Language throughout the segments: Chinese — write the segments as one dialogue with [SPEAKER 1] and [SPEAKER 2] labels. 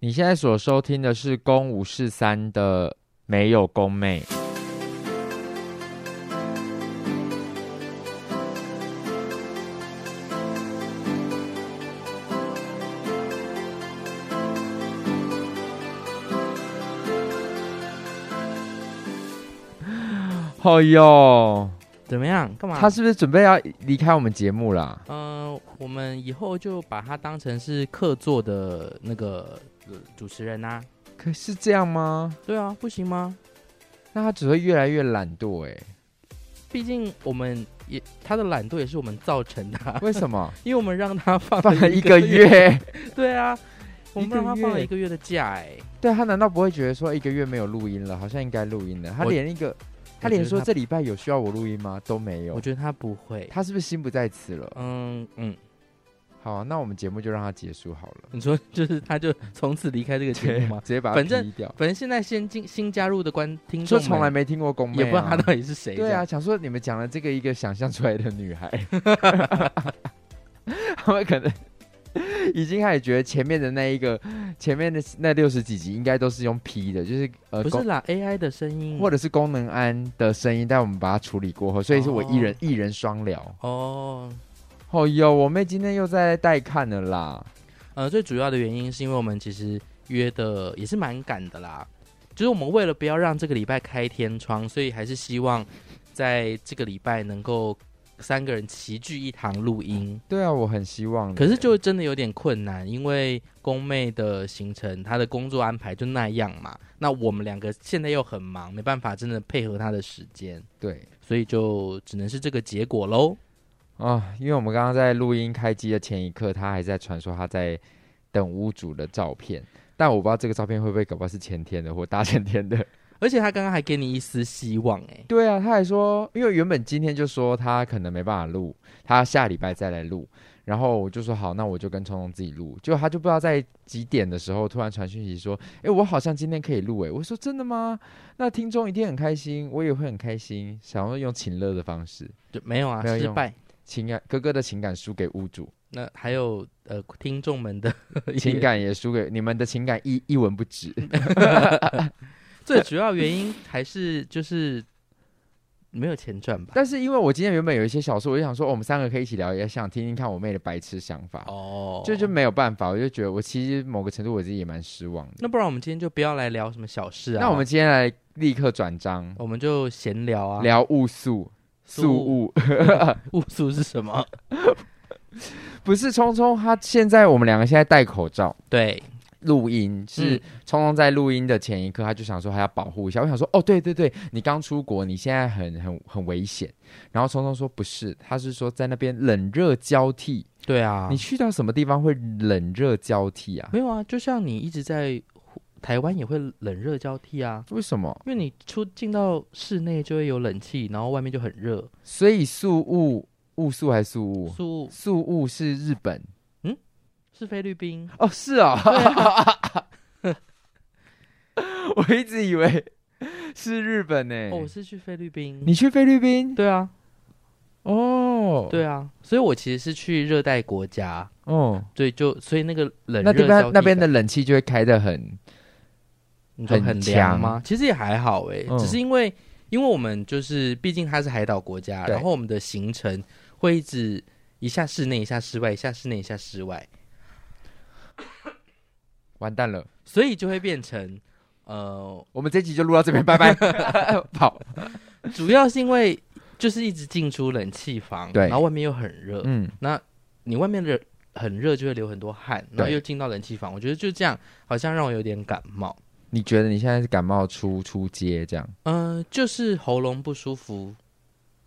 [SPEAKER 1] 你现在所收听的是《公五四三》的《没有公妹》。哦哟，
[SPEAKER 2] 怎么样？干嘛？
[SPEAKER 1] 他是不是准备要离开我们节目啦？
[SPEAKER 2] 嗯、我们以后就把他当成是客座的那个呃主持人呐、
[SPEAKER 1] 可是这样吗？
[SPEAKER 2] 对啊，不行吗？
[SPEAKER 1] 那他只会越来越懒惰哎、
[SPEAKER 2] 毕竟我们也他的懒惰也是我们造成的啊、
[SPEAKER 1] 为什 么？
[SPEAKER 2] 因为我们让他放
[SPEAKER 1] 放了
[SPEAKER 2] 了
[SPEAKER 1] 啊一
[SPEAKER 2] 个
[SPEAKER 1] 个。 月，
[SPEAKER 2] 对啊，我们
[SPEAKER 1] 一个
[SPEAKER 2] 让他放了
[SPEAKER 1] 月
[SPEAKER 2] 一个月的假哎、
[SPEAKER 1] 对他难道不会觉得说一个月没有录音了，好像应该录音了？他
[SPEAKER 2] 我
[SPEAKER 1] 连一个，他
[SPEAKER 2] 我觉
[SPEAKER 1] 连
[SPEAKER 2] 得
[SPEAKER 1] 说
[SPEAKER 2] 他
[SPEAKER 1] 这礼拜有需要我录音吗都没有
[SPEAKER 2] 我。觉得他不会。
[SPEAKER 1] 他是不是心不在此了？
[SPEAKER 2] 嗯嗯，
[SPEAKER 1] 好、那我们节目就让他结束好了。
[SPEAKER 2] 你说就是他就从此离开这个节目吗？
[SPEAKER 1] 直接把
[SPEAKER 2] 反
[SPEAKER 1] 它
[SPEAKER 2] 正
[SPEAKER 1] 踢掉。
[SPEAKER 2] 反正现在先进新加入的观听众
[SPEAKER 1] 说
[SPEAKER 2] 们
[SPEAKER 1] 从来没听过公妹、啊，
[SPEAKER 2] 也不知道他到底是谁。
[SPEAKER 1] 对啊，，想说你们讲了这个一个想象出来的女 孩， 他们可能已经开始觉得前面的那一个，前面的那六十几集应该都是用 P 的，就是呃
[SPEAKER 2] 不是
[SPEAKER 1] 功
[SPEAKER 2] 啦，AI 的声音
[SPEAKER 1] 或者是功能安的声音，但我们把它处理过后，所以是我一人、一人双聊。
[SPEAKER 2] 哦，
[SPEAKER 1] 哦哟，我妹今天又在带看了啦。
[SPEAKER 2] 呃，最主要的原因是因为我们其实约的也是蛮赶的啦，就是我们为了不要让这个礼拜开天窗，所以还是希望在这个礼拜能够三个人齐聚一堂录音。
[SPEAKER 1] 对啊，我很希望的。
[SPEAKER 2] 可是就真的有点困难，因为宫妹的行程，她的工作安排就那样嘛。那我们两个现在又很忙，没办法真的配合她的时间，
[SPEAKER 1] 对
[SPEAKER 2] 所以就只能是这个结果喽。
[SPEAKER 1] 啊、因为我们刚刚在录音开机的前一刻，她还在传说她在等屋主的照片，但我不知道这个照片会不会搞不好是前天的或大前天的。
[SPEAKER 2] 而且她刚刚还给你一丝希望、欸，
[SPEAKER 1] 对啊，他还说，因为原本今天就说他可能没办法录，他下礼拜再来录。然后我就说好，那我就跟聪聪自己录。结果他就不知道在几点的时候突然传讯息说，诶，我好像今天可以录诶。我说真的吗？那听众一定很开心，我也会很开心，想要用请乐的方式，
[SPEAKER 2] 就没有啊，
[SPEAKER 1] 没有
[SPEAKER 2] 失
[SPEAKER 1] 用
[SPEAKER 2] 败。
[SPEAKER 1] 情感哥哥的情感输给屋主，
[SPEAKER 2] 那还有呃，听众 们的
[SPEAKER 1] 情感也输给你们的情感一一文不值。
[SPEAKER 2] 最主要原因还是就是没有钱赚吧。
[SPEAKER 1] 但是因为我今天原本有一些小事，我就想说、哦我们三个可以一起聊，也想听听看我妹的白痴想法。
[SPEAKER 2] 哦
[SPEAKER 1] 这就没有办法，我就觉得我其实某个程度我自己也蛮失望的。
[SPEAKER 2] 那不然我们今天就不要来聊什么小事啊。
[SPEAKER 1] 那我们今天来立刻转章，
[SPEAKER 2] 我们就闲聊啊，
[SPEAKER 1] 聊物素
[SPEAKER 2] 素
[SPEAKER 1] 素物，
[SPEAKER 2] 物素是什么？
[SPEAKER 1] 不是聪聪他现在我们两个现在戴口罩
[SPEAKER 2] 对，
[SPEAKER 1] 录音，是
[SPEAKER 2] 嗯
[SPEAKER 1] 聪聪在录音的前一刻他就想说他要保护一下，我想说哦对对对，你刚出国，你现在很很很危险。然后聪聪说不是，他是说在那边冷热交替，
[SPEAKER 2] 对啊，
[SPEAKER 1] 你去到什么地方会冷热交替啊？
[SPEAKER 2] 没有啊？就像你一直在台湾也会冷热交替啊，
[SPEAKER 1] 为什么？
[SPEAKER 2] 因为你出进到室内就会有冷气，然后外面就很热。
[SPEAKER 1] 所以素物物素还是素物？
[SPEAKER 2] 素
[SPEAKER 1] 素物是日本
[SPEAKER 2] 是菲律宾，
[SPEAKER 1] 哦，是哦， 我一直以为是日本呢、
[SPEAKER 2] 哦，我是去菲律宾。
[SPEAKER 1] 你去菲律宾
[SPEAKER 2] 对啊，
[SPEAKER 1] 哦？
[SPEAKER 2] 对啊，所以我其实是去热带国家。
[SPEAKER 1] 哦，
[SPEAKER 2] 对，就所以那个冷
[SPEAKER 1] 那
[SPEAKER 2] 热
[SPEAKER 1] 地
[SPEAKER 2] 交替
[SPEAKER 1] 方那边
[SPEAKER 2] 感
[SPEAKER 1] 的冷气就会开得很
[SPEAKER 2] 你说
[SPEAKER 1] 很
[SPEAKER 2] 很凉
[SPEAKER 1] 强
[SPEAKER 2] 吗？其实也还好诶、
[SPEAKER 1] 嗯
[SPEAKER 2] 只是因为因为我们就是毕竟它是海岛国家，
[SPEAKER 1] 对
[SPEAKER 2] 然后我们的行程会一直一下室内一下室外，一下室内一下室外，
[SPEAKER 1] 完蛋了。
[SPEAKER 2] 所以就会变成呃，
[SPEAKER 1] 我们这集就录到这边，拜 拜。跑，
[SPEAKER 2] 主要是因为就是一直进出冷气房，
[SPEAKER 1] 对
[SPEAKER 2] 然后外面又很热，
[SPEAKER 1] 嗯，
[SPEAKER 2] 你外面热很热就会流很多汗，然后又进到冷气房，我觉得就这样好像让我有点感冒，
[SPEAKER 1] 你觉得你现在是感冒出出街这样？
[SPEAKER 2] 嗯、就是喉咙不舒服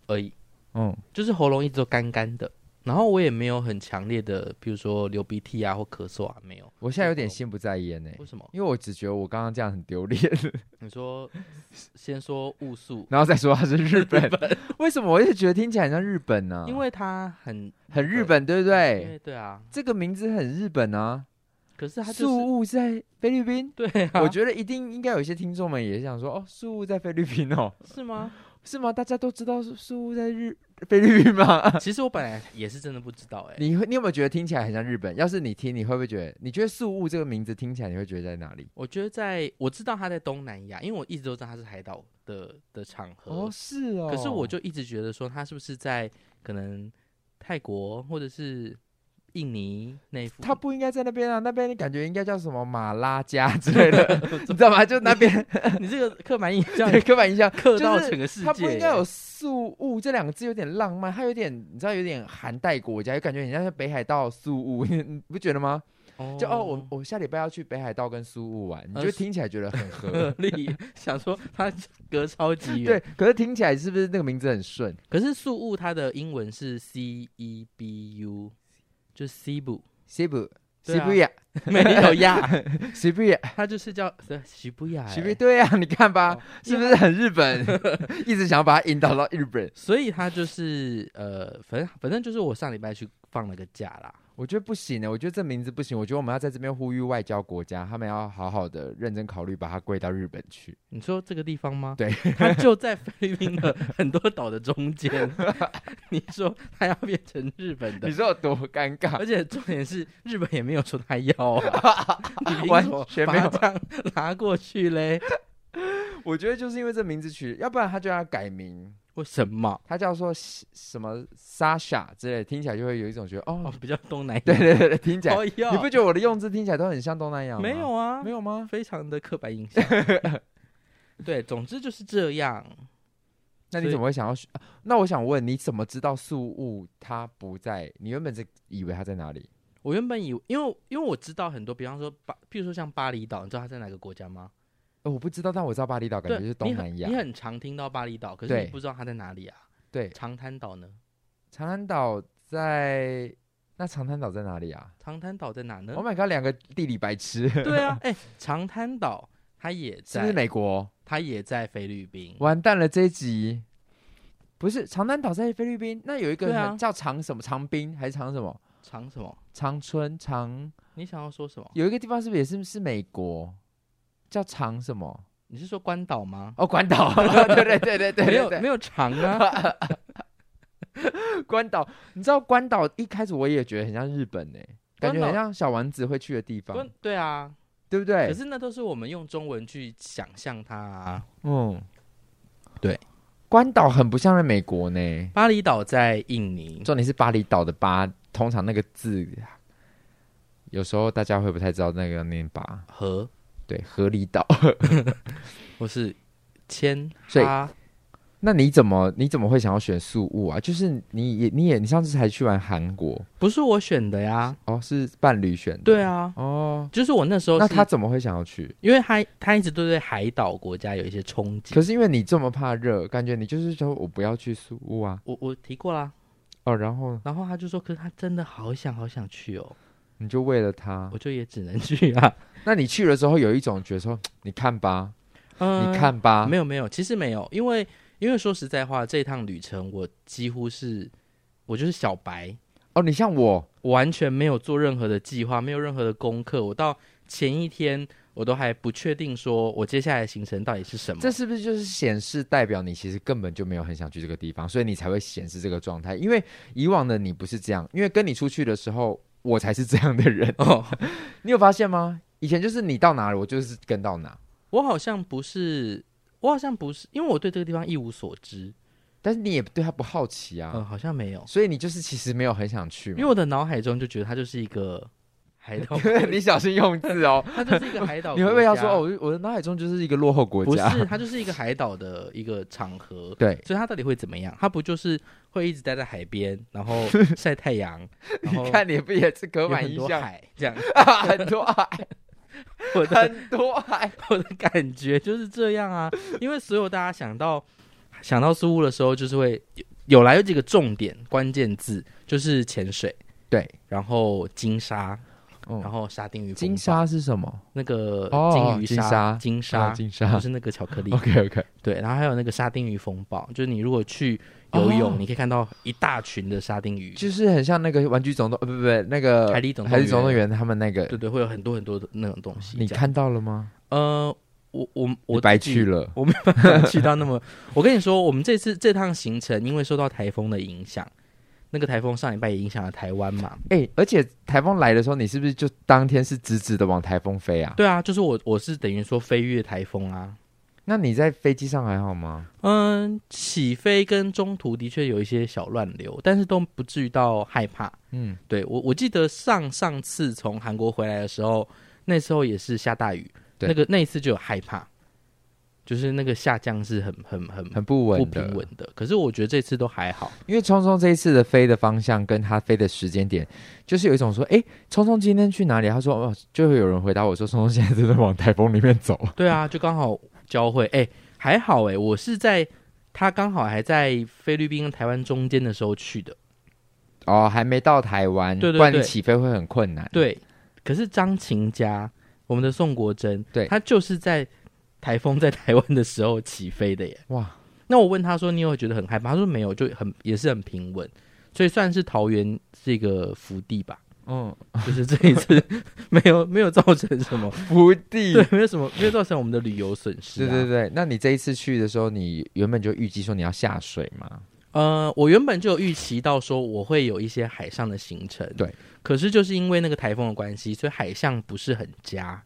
[SPEAKER 2] 而已。
[SPEAKER 1] 嗯，
[SPEAKER 2] 就是喉咙一直都干干的，然后我也没有很强烈的，比如说流鼻涕啊或咳嗽啊，没有。
[SPEAKER 1] 我现在有点心不在焉呢、欸
[SPEAKER 2] 为什么？
[SPEAKER 1] 因为我只觉得我刚刚这样很丢脸，
[SPEAKER 2] 你说先说雾素，
[SPEAKER 1] 然后再说他是日本，为什么我就觉得听起来很像日本呢、
[SPEAKER 2] 因为它很
[SPEAKER 1] 很日本，对不对？
[SPEAKER 2] 因为对啊，
[SPEAKER 1] 这个名字很日本啊，
[SPEAKER 2] 可是它就是
[SPEAKER 1] 素物在菲律宾。
[SPEAKER 2] 对啊，
[SPEAKER 1] 我觉得一定应该有一些听众们也想说，哦，素物在菲律宾哦，
[SPEAKER 2] 是吗？
[SPEAKER 1] 是吗？大家都知道是苏在日菲律宾吗？
[SPEAKER 2] 其实我本来也是真的不知道哎、
[SPEAKER 1] 你会你有没有觉得听起来很像日本？要是你听，你会不会觉得？你觉得宿雾这个名字听起来，你会觉得在哪里？
[SPEAKER 2] 我觉得在我知道他在东南亚，因为我一直都知道他是海岛的的场合。
[SPEAKER 1] 哦，是哦。
[SPEAKER 2] 呃可是我就一直觉得说他是不是在可能泰国或者是印尼那一幅？
[SPEAKER 1] 他不应该在那边啊，那边你感觉应该叫什么马拉加之类的， 你知道吗？就那 边
[SPEAKER 2] 你这个刻板印象
[SPEAKER 1] 对刻板印象，
[SPEAKER 2] 刻到
[SPEAKER 1] 就是
[SPEAKER 2] 整个世界耶，
[SPEAKER 1] 它不应该有宿雾这两个字，有点浪漫，它有点你知道有点寒带国家，有感觉很像是北海道宿雾， 你你不觉得吗？
[SPEAKER 2] 哦
[SPEAKER 1] 就哦，我我下礼拜要去北海道跟苏雾玩，你
[SPEAKER 2] 呃
[SPEAKER 1] 就是听起来觉得很合
[SPEAKER 2] 合。理哦想说他隔超级远
[SPEAKER 1] 对，，可是听起来是不是那个名字很顺？
[SPEAKER 2] 可是宿雾它的英文是 C E B U，就 Cebu，
[SPEAKER 1] 西部
[SPEAKER 2] 对
[SPEAKER 1] 西
[SPEAKER 2] 啊
[SPEAKER 1] 部亚
[SPEAKER 2] 没有呀，
[SPEAKER 1] 西部亚
[SPEAKER 2] 它就是叫西布亚，
[SPEAKER 1] 西部对啊， 你看吧
[SPEAKER 2] 哦，
[SPEAKER 1] 是不是很日本？ 一直想要把它引导到日本，
[SPEAKER 2] 所以它就是呃，反正反正就是我上礼拜去放了个假啦，
[SPEAKER 1] 我觉得不行欸呢，我觉得这名字不行，我觉得我们要在这边呼吁外交国家，他们要好好的认真考虑把它归到日本去。
[SPEAKER 2] 你说这个地方吗？
[SPEAKER 1] 对，
[SPEAKER 2] 它就在菲律 宾的很多岛的中间。你说它要变成日本
[SPEAKER 1] 你
[SPEAKER 2] 的，
[SPEAKER 1] 说有多尴尬？
[SPEAKER 2] 而且重点是日本也没有说它要啊， 你凭
[SPEAKER 1] 完
[SPEAKER 2] 什么
[SPEAKER 1] 全
[SPEAKER 2] 把
[SPEAKER 1] 没
[SPEAKER 2] 它
[SPEAKER 1] 有
[SPEAKER 2] 这样拿过去嘞？
[SPEAKER 1] 我觉得就是因为这名字取，要不然他就要改名，
[SPEAKER 2] 为什么？
[SPEAKER 1] 他叫说西什么 Sasha 之类的，听起来就会有一种觉得哦
[SPEAKER 2] 哦，，比较东南亚。
[SPEAKER 1] 对对对对，听起来
[SPEAKER 2] 哎呀
[SPEAKER 1] 你不觉得我的用字听起来都很像东南亚吗？
[SPEAKER 2] 没有啊，
[SPEAKER 1] 没有吗？
[SPEAKER 2] 非常的刻板印 象。对，总之就是这样。
[SPEAKER 1] 那你
[SPEAKER 2] 所以
[SPEAKER 1] 怎么会想要选？啊那我想问，你怎么知道宿雾它不在？你原本是以为它在哪里？
[SPEAKER 2] 我原本以为因为因为我知道很多，比方说巴，譬如说像巴厘岛，你知道它在哪个国家吗？
[SPEAKER 1] 呃，我不知道，但我知道巴厘岛感
[SPEAKER 2] 对，
[SPEAKER 1] 觉是东南亚
[SPEAKER 2] 你很。你。很常听到巴厘岛，可是
[SPEAKER 1] 对
[SPEAKER 2] 你不知道它在哪里啊？
[SPEAKER 1] 对，
[SPEAKER 2] 长滩岛呢？
[SPEAKER 1] 长滩岛在那长滩岛在哪里啊
[SPEAKER 2] 长滩岛在哪呢？
[SPEAKER 1] ？Oh my god，两个地理白痴，是
[SPEAKER 2] 嗯对啊，哎、长滩岛它也
[SPEAKER 1] 不
[SPEAKER 2] 在
[SPEAKER 1] 是，美国？
[SPEAKER 2] 它也在菲律宾。
[SPEAKER 1] 完蛋了，这一集不是长滩岛在菲律宾，那有一个
[SPEAKER 2] 对
[SPEAKER 1] 很、
[SPEAKER 2] 啊
[SPEAKER 1] 叫长什么长滨还是长什么
[SPEAKER 2] 长什么？
[SPEAKER 1] 长春长，
[SPEAKER 2] 你想要说什么？
[SPEAKER 1] 有一个地方是不是也是是美国叫长什么？
[SPEAKER 2] 你是说关岛吗？
[SPEAKER 1] 哦，关 岛，对对对对对
[SPEAKER 2] 没有
[SPEAKER 1] 对
[SPEAKER 2] 没有 长啊，
[SPEAKER 1] 关岛，你知道关岛一开始我也觉得很像日本呢、感觉
[SPEAKER 2] 关岛
[SPEAKER 1] 很像小丸子会去的地方
[SPEAKER 2] 关，对啊，
[SPEAKER 1] 对不
[SPEAKER 2] 可
[SPEAKER 1] 对？
[SPEAKER 2] 是那都是我们用中文去想象它、啊。
[SPEAKER 1] 嗯，
[SPEAKER 2] 对，
[SPEAKER 1] 关岛很不像在美国呢。
[SPEAKER 2] 巴厘岛在印尼，
[SPEAKER 1] 重点是巴厘岛的巴，通常那个字，有时候大家会不太知道那个念巴。
[SPEAKER 2] 和
[SPEAKER 1] 对，合理岛。
[SPEAKER 2] 或是啊千
[SPEAKER 1] 所以
[SPEAKER 2] 哈，
[SPEAKER 1] 那你怎么你怎么会想要选宿雾啊？就是你也你也你上次才去完韩国
[SPEAKER 2] 不是我选的呀。
[SPEAKER 1] 哦，是伴侣选的。
[SPEAKER 2] 对啊，
[SPEAKER 1] 哦，
[SPEAKER 2] 就是我那时候
[SPEAKER 1] 那
[SPEAKER 2] 是
[SPEAKER 1] 他怎么会想要去？
[SPEAKER 2] 因为他他一直都对海岛国家有一些憧憬。
[SPEAKER 1] 可是因为你这么怕热，感觉你就是说我不要去宿雾啊。
[SPEAKER 2] 我我提过啦，
[SPEAKER 1] 哦，然后
[SPEAKER 2] 然后他就说，可是他真的好想好想去哦，
[SPEAKER 1] 你就为了他
[SPEAKER 2] 我，就也只能 去啊。
[SPEAKER 1] 那你去了之后有一种觉得说，你看吧，
[SPEAKER 2] 嗯，
[SPEAKER 1] 你看吧，
[SPEAKER 2] 没有没有，其实没有，因为因为说实在话，这趟旅程我几乎是我就是小白，
[SPEAKER 1] 哦，你像我，
[SPEAKER 2] 完全没有做任何的计划，没有任何的功课。我到前一天，我都还不确定说我接下来的行程到底是什么。
[SPEAKER 1] 这是不是就是显示代表你其实根本就没有很想去这个地方，所以你才会显示这个状态？因为以往的你不是这样，因为跟你出去的时候，我才是这样的 人。
[SPEAKER 2] 哦，
[SPEAKER 1] 你有发现吗？以前就是你到哪里，我就是跟到哪。
[SPEAKER 2] 我好像不是，我好像不是，因为我对这个地方一无所知。
[SPEAKER 1] 但是你也对他不好奇啊，
[SPEAKER 2] 嗯、好像没有，
[SPEAKER 1] 所以你就是其实没有很想去
[SPEAKER 2] 因为
[SPEAKER 1] 嘛。
[SPEAKER 2] 我的脑海中就觉得它就是一个 海岛，
[SPEAKER 1] 你小心用字 哦，
[SPEAKER 2] 它就是一个海岛。
[SPEAKER 1] 你会不会要说哦，？我我的脑海中就是一个落后国
[SPEAKER 2] 不
[SPEAKER 1] 家？
[SPEAKER 2] 是，它就是一个海岛的一个场合。
[SPEAKER 1] 对，
[SPEAKER 2] 所以它到底会怎么样？它不就是会一直待在海边，然后晒太阳，然后
[SPEAKER 1] 你 看你不也是刻
[SPEAKER 2] 有
[SPEAKER 1] 板
[SPEAKER 2] 很
[SPEAKER 1] 印
[SPEAKER 2] 多
[SPEAKER 1] 象？
[SPEAKER 2] 海这样？
[SPEAKER 1] 很多爱，
[SPEAKER 2] 我 的
[SPEAKER 1] 很多爱。
[SPEAKER 2] 我的感觉就是这样啊，因为所有大家想到想到苏屋的时候，就是会有有来有几个重点关键字，就是潜水，
[SPEAKER 1] 对，
[SPEAKER 2] 然后金沙，然
[SPEAKER 1] 嗯，
[SPEAKER 2] 后沙丁鱼风暴，
[SPEAKER 1] 金沙是什么？
[SPEAKER 2] 那个
[SPEAKER 1] 哦
[SPEAKER 2] 金鱼
[SPEAKER 1] 金
[SPEAKER 2] 沙，
[SPEAKER 1] 沙
[SPEAKER 2] 金
[SPEAKER 1] 哦金
[SPEAKER 2] 就
[SPEAKER 1] 沙。
[SPEAKER 2] 是那个巧克力，
[SPEAKER 1] OK OK，
[SPEAKER 2] 对，然后还有那个沙丁鱼风暴，就是你如果去游泳，
[SPEAKER 1] 哦
[SPEAKER 2] 你可以看到一大群的沙丁鱼，
[SPEAKER 1] 就是很像那个《玩具总动》呃，不不不，那个
[SPEAKER 2] 海底总动员
[SPEAKER 1] 海底总动员他们那个，
[SPEAKER 2] 对对，会有很多很多的那种东西。
[SPEAKER 1] 你
[SPEAKER 2] 这样
[SPEAKER 1] 看到了吗？
[SPEAKER 2] 呃，我我
[SPEAKER 1] 你
[SPEAKER 2] 我
[SPEAKER 1] 白
[SPEAKER 2] 自己
[SPEAKER 1] 去了，
[SPEAKER 2] 我没有办 法去到那么。我跟你说，我们这次这趟行程，因为受到台风的影响，那个台风上礼拜也影响了台湾嘛。
[SPEAKER 1] 哎、而且台风来的时候，你是不是就当天是直直的往台风飞啊？
[SPEAKER 2] 对啊，就是我我是等于说飞越台风啊。
[SPEAKER 1] 那你在飞机上还好吗？
[SPEAKER 2] 嗯，起飞跟中途的确有一些小乱流，但是都不至于到害怕。
[SPEAKER 1] 嗯，
[SPEAKER 2] 对我我记得上上次从韩国回来的时候，那时候也是下大雨，
[SPEAKER 1] 对
[SPEAKER 2] 那个那一次就有害怕，就是那个下降是很很很
[SPEAKER 1] 嗯很不
[SPEAKER 2] 不
[SPEAKER 1] 稳的，
[SPEAKER 2] 平稳的。可是我觉得这次都还好。
[SPEAKER 1] 因为聪聪这一次的飞的方向跟他飞的时间点，就是有一种说，哎、聪聪今天去哪里？他说，哦，就会有人回答我说，聪聪现在正在往台风里面走。
[SPEAKER 2] 对啊，就刚好交汇。哎、还好哎、我是在他刚好还在菲律宾跟台湾中间的时候去的。
[SPEAKER 1] 哦，还没到台湾，
[SPEAKER 2] 对对
[SPEAKER 1] 不然你
[SPEAKER 2] 对
[SPEAKER 1] 起飞会很困难。，
[SPEAKER 2] 对，可是张琴家，我们的宋国珍，
[SPEAKER 1] 对
[SPEAKER 2] 他就是在台风在台湾的时候起飞的耶。
[SPEAKER 1] 哇，
[SPEAKER 2] 那我问他说：“你有觉得很害怕？”他说：“没有，就很也是很平稳，所以算是桃园这个福地吧。
[SPEAKER 1] 嗯，
[SPEAKER 2] 就是这一次没有没有造成 什么，
[SPEAKER 1] 福地。
[SPEAKER 2] 对，没有什么没有造成我们的旅游损失、
[SPEAKER 1] 对
[SPEAKER 2] 啊。
[SPEAKER 1] 对对，那你这一次去的时候，你原本就预计说你要下水吗？
[SPEAKER 2] 呃，我原本就有预期到说我会有一些海上的行程，
[SPEAKER 1] 对。
[SPEAKER 2] 可是就是因为那个台风的关系，所以海象不是很佳，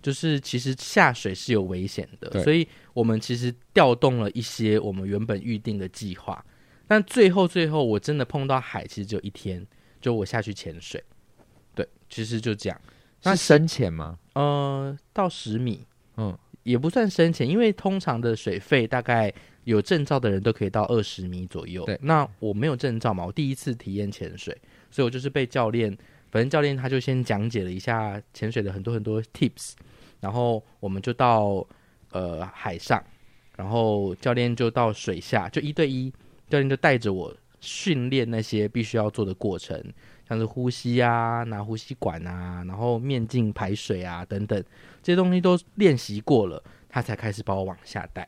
[SPEAKER 2] 就是其实下水是有危险的，
[SPEAKER 1] 对
[SPEAKER 2] 所以我们其实调动了一些我们原本预定的计划，但最后最后我真的碰到海，其实只有一天，就我下去潜水，对，其实就这样，
[SPEAKER 1] 那深潜吗？
[SPEAKER 2] 呃，到十米，
[SPEAKER 1] 嗯，
[SPEAKER 2] 也不算深潜，因为通常的水费大概有证照的人都可以到二十米左右。
[SPEAKER 1] 对
[SPEAKER 2] 那我没有证照嘛，我第一次体验潜水，所以我就是被教练，反正教练他就先讲解了一下潜水的很多很多 tips，然后我们就到呃海上，然后教练就到水下，就一对一，教练就带着我训练那些必须要做的过程，像是呼吸啊、拿呼吸管啊，然后面镜排水啊等等，这些东西都练习过了，他才开始把我往下带。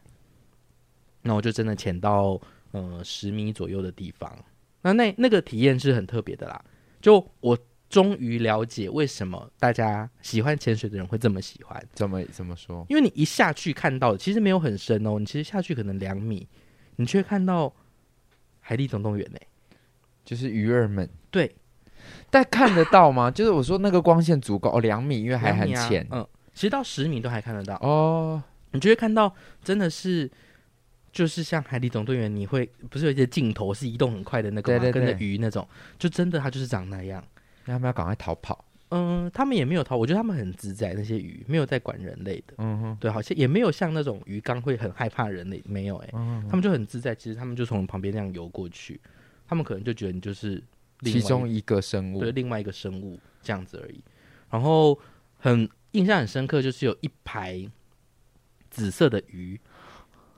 [SPEAKER 2] 那我就真的潜到呃十米左右的地方，那那那个体验是很特别的啦。就我终于了解为什么大家喜欢潜水的人会这么喜欢，
[SPEAKER 1] 怎么怎么说？
[SPEAKER 2] 因为你一下去看到的其实没有很深哦，你其实下去可能两米，你却看到《海底总动员》呢。
[SPEAKER 1] 就是鱼儿们，
[SPEAKER 2] 对，
[SPEAKER 1] 但看得到吗？就是我说那个光线足够哦，两米，因为还
[SPEAKER 2] 两
[SPEAKER 1] 很
[SPEAKER 2] 米啊
[SPEAKER 1] 浅、
[SPEAKER 2] 嗯，其实到十米都还看得到。
[SPEAKER 1] 哦。
[SPEAKER 2] 你就会看到真的是，就是像《海底总动员》，你会不是有一些镜头是移动很快的那个吗？
[SPEAKER 1] 对对对
[SPEAKER 2] 跟着鱼那种，就真的它就是长那样。
[SPEAKER 1] 那他们要赶快逃跑。
[SPEAKER 2] 嗯，他们也没有逃，我觉得他们很自在，那些鱼没有在管人类的，
[SPEAKER 1] 嗯哼，
[SPEAKER 2] 对，好像也没有像那种鱼缸会很害怕人类，没有哎、
[SPEAKER 1] 嗯
[SPEAKER 2] 他们就很自在，其实他们就从旁边那样游过去，他们可能就觉得你就是另
[SPEAKER 1] 其
[SPEAKER 2] 外一
[SPEAKER 1] 中一个生物
[SPEAKER 2] 对，另外一个生物这样子而已。然后很印象很深刻，就是有一排紫色的鱼，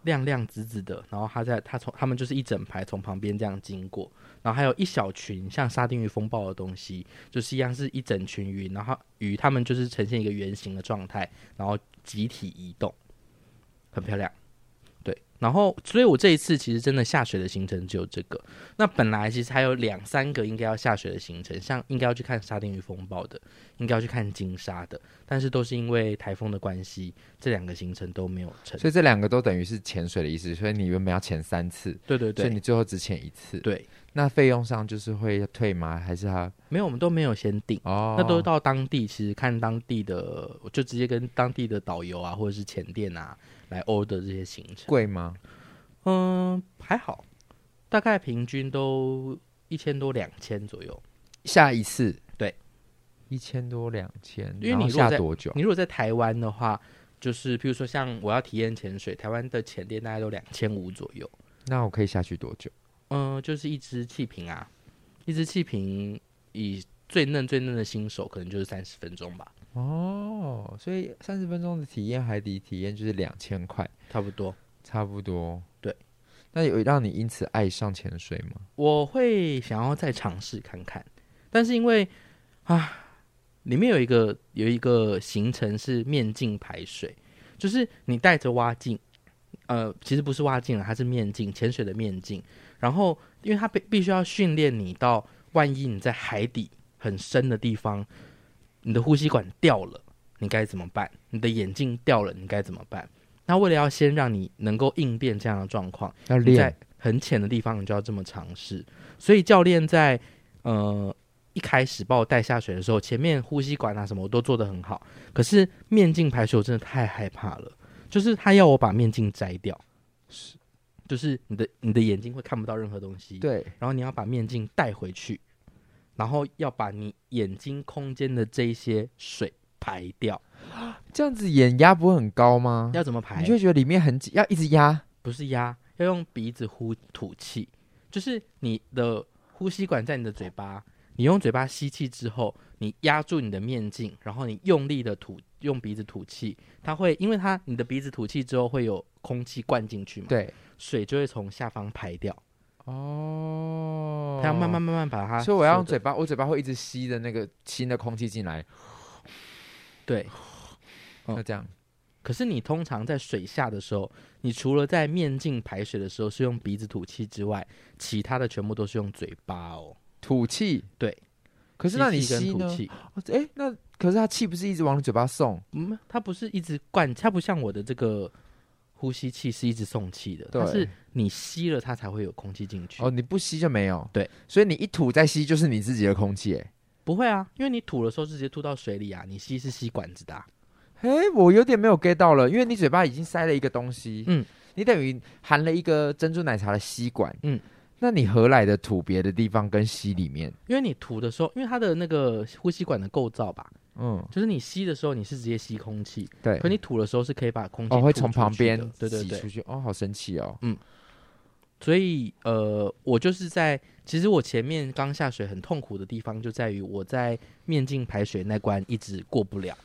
[SPEAKER 2] 亮亮紫紫的，然后它在它从它们就是一整排从旁边这样经过，然后还有一小群像沙丁鱼风暴的东西，就是一样是一整群鱼，然后鱼它们就是呈现一个圆形的状态，然后集体移动，很漂亮。对，然后，所以我这一次其实真的下水的行程只有这个，那本来其实还有两三个应该要下水的行程，像应该要去看沙丁鱼风暴的，应该要去看金沙的，但是都是因为台风的关系，这两个行程都没有成。
[SPEAKER 1] 所以这两个都等于是潜水的意思，所以你原本要潜三次，
[SPEAKER 2] 对对
[SPEAKER 1] 所以
[SPEAKER 2] 对
[SPEAKER 1] 你最后只潜一次。，
[SPEAKER 2] 对，
[SPEAKER 1] 那费用上就是会退吗？还是他
[SPEAKER 2] 没有我们都没有先定，
[SPEAKER 1] 哦？
[SPEAKER 2] 那都到当地，其实看当地的，我就直接跟当地的导游啊，或者是前店啊来 order 这些行程。
[SPEAKER 1] 贵吗？
[SPEAKER 2] 嗯，还好，大概平均都一千多两千左右。
[SPEAKER 1] 下一次
[SPEAKER 2] 对，
[SPEAKER 1] 一千多两千，
[SPEAKER 2] 因为
[SPEAKER 1] 然后
[SPEAKER 2] 你如果
[SPEAKER 1] 下
[SPEAKER 2] 在
[SPEAKER 1] 多久？
[SPEAKER 2] 你如果在台湾的话，就是譬如说像我要体验潜水，台湾的潜店大概都两千五左右。
[SPEAKER 1] 那我可以下去多久？
[SPEAKER 2] 嗯、就是一支气瓶啊，一支气瓶以最嫩最嫩的新手可能就是三十分钟吧，
[SPEAKER 1] 哦，所以三十分钟的体验海底体验就是两千块，
[SPEAKER 2] 差不多。
[SPEAKER 1] 差不多。
[SPEAKER 2] 对，
[SPEAKER 1] 那有让你因此爱上潜水吗？
[SPEAKER 2] 我会想要再尝试看看，但是因为啊，里面有一个有一个行程是面镜排水，就是你戴着蛙镜，呃，其实不是蛙镜了，它是面镜，潜水的面镜。然后，因为它必必须要训练你到，万一你在海底很深的地方，你的呼吸管掉了，你该怎么办？你的眼镜掉了，你该怎么办？那为了要先让你能够应变这样的状况，
[SPEAKER 1] 要
[SPEAKER 2] 你在
[SPEAKER 1] 练，
[SPEAKER 2] 很浅的地方，你就要这么尝试。所以教练在呃一开始把我带下水的时候，前面呼吸管啊什么我都做得很好，可是面镜排水我真的太害怕了，就是他要我把面镜摘掉，是，就是你的你的眼睛会看不到任何东西，，
[SPEAKER 1] 对，
[SPEAKER 2] 然后你要把面镜带回去，然后要把你眼睛空间的这一些水排掉，
[SPEAKER 1] 这样子眼压不会很高吗？
[SPEAKER 2] 要怎么排？
[SPEAKER 1] 你就会觉得里面很紧，要一直压。
[SPEAKER 2] 不是压，要用鼻子呼吐气，就是你的呼吸管在你的嘴巴，你用嘴巴吸气之后，你压住你的面镜，然后你用力的吐，用鼻子吐气，它会因为它你的鼻子吐气之后会有空气灌进去嘛，，
[SPEAKER 1] 对，
[SPEAKER 2] 水就会从下方排掉，
[SPEAKER 1] 哦
[SPEAKER 2] 它要慢慢，慢慢把它，
[SPEAKER 1] 所以我要用嘴，巴，我嘴巴会一直吸的那个新的空气进来，
[SPEAKER 2] 对。嗯
[SPEAKER 1] 就这样。
[SPEAKER 2] 可是你通常在水下的时候，你除了在面镜排水的时候是用鼻子吐气之外，其他的全部都是用嘴巴哦。
[SPEAKER 1] 吐气，
[SPEAKER 2] 对。
[SPEAKER 1] 可是那你
[SPEAKER 2] 吸气
[SPEAKER 1] 吸
[SPEAKER 2] 跟
[SPEAKER 1] 呢
[SPEAKER 2] 吐？气，
[SPEAKER 1] 哎、诶那可是它气不是一直往你嘴巴送？
[SPEAKER 2] 嗯，它不是一直灌，它不像我的这个呼吸器是一直送气的，
[SPEAKER 1] 对
[SPEAKER 2] 它是你吸了它才会有空气进去。
[SPEAKER 1] 哦，你不吸就没有。
[SPEAKER 2] 对，
[SPEAKER 1] 所以你一吐再吸就是你自己的空气。哎，
[SPEAKER 2] 不会啊，因为你吐的时候是直接吐到水里啊，你吸是吸管子的啊、
[SPEAKER 1] 哎，我有点没有 get 到了，因为你嘴巴已经塞了一个东西，
[SPEAKER 2] 嗯，
[SPEAKER 1] 你等于含了一个珍珠奶茶的吸管，
[SPEAKER 2] 嗯，
[SPEAKER 1] 那你何来的吐别的地方跟吸里面？
[SPEAKER 2] 因为你吐的时候，因为它的那个呼吸管的构造吧，
[SPEAKER 1] 嗯，
[SPEAKER 2] 就是你吸的时候你是直接吸空气，
[SPEAKER 1] 对
[SPEAKER 2] 可，你吐的时候是可以把空气
[SPEAKER 1] 哦，会
[SPEAKER 2] 吐
[SPEAKER 1] 从
[SPEAKER 2] 出
[SPEAKER 1] 旁
[SPEAKER 2] 去
[SPEAKER 1] 边
[SPEAKER 2] 的对对
[SPEAKER 1] 挤
[SPEAKER 2] 对
[SPEAKER 1] 出，去，哦，好神奇哦，
[SPEAKER 2] 所以呃，我就是在其实我前面刚下水很痛苦的地方就在于我在面镜排水那关一直过不了，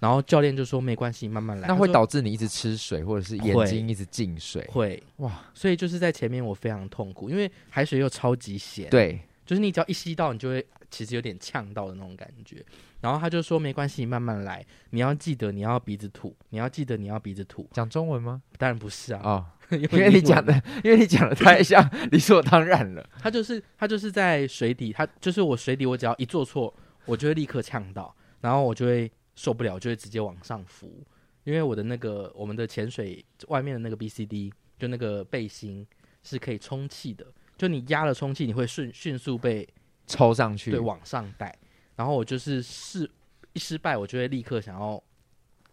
[SPEAKER 2] 然后教练就说没关系，慢慢来。
[SPEAKER 1] 那会
[SPEAKER 2] 他说
[SPEAKER 1] 导致你一直吃水，或者是眼
[SPEAKER 2] 会
[SPEAKER 1] 睛一直进水，
[SPEAKER 2] 会
[SPEAKER 1] 哇，
[SPEAKER 2] 所以就是在前面我非常痛苦，因为海水又超级咸，，
[SPEAKER 1] 对，
[SPEAKER 2] 就是你只要一吸到，你就会其实有点呛到的那种感觉。然后他就说没关系，慢慢来，你要记得你要鼻子吐，你要记得你要鼻子吐。
[SPEAKER 1] 讲中文吗？
[SPEAKER 2] 当然不是啊，
[SPEAKER 1] 哦，
[SPEAKER 2] 因
[SPEAKER 1] 因为你讲的，因为你讲的太像理所当然了，
[SPEAKER 2] 他就是他就是在水底，他就是我水底，我只要一做错，我就会立刻呛到，然后我就会受不了，就会直接往上浮，因为我的那个我们的潜水外面的那个 BCD 就那个背心是可以充气的，就你压了充气，你会迅迅速被
[SPEAKER 1] 抽上去，
[SPEAKER 2] 对往上带，然后我就是失一失败，我就会立刻想要。